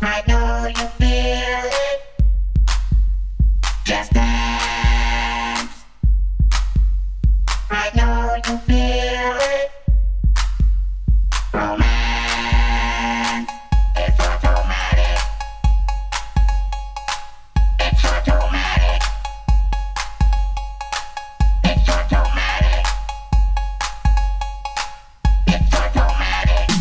S6: I know you feel it. Just dance. I know you feel it. Romance. It's automatic. It's automatic. It's automatic. It's automatic. It's automatic. It's automatic. It's automatic. It's automatic.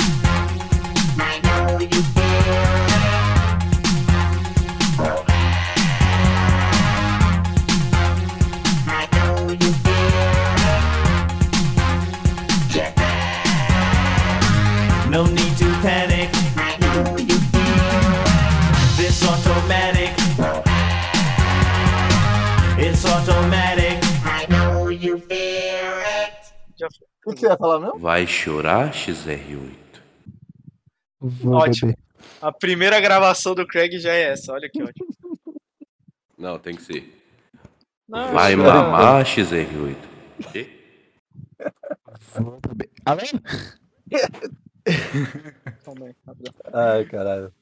S6: I know you feel it. I know you feel it. Get
S1: No need to panic,
S6: I know you feel
S1: this automatic. It's automatic.
S6: it. I know you feel it.
S4: Já
S2: O que você ia falar mesmo?
S3: Vai chorar, XR8.
S4: Ótimo. A primeira gravação do Craig já é essa, olha que ótimo.
S3: Não, tem que ser.
S4: Não,
S3: Vai
S4: eu-
S3: mamar, XR8. Quê?
S5: Além?
S4: Calma aí, rapidão.
S2: Ai, caralho.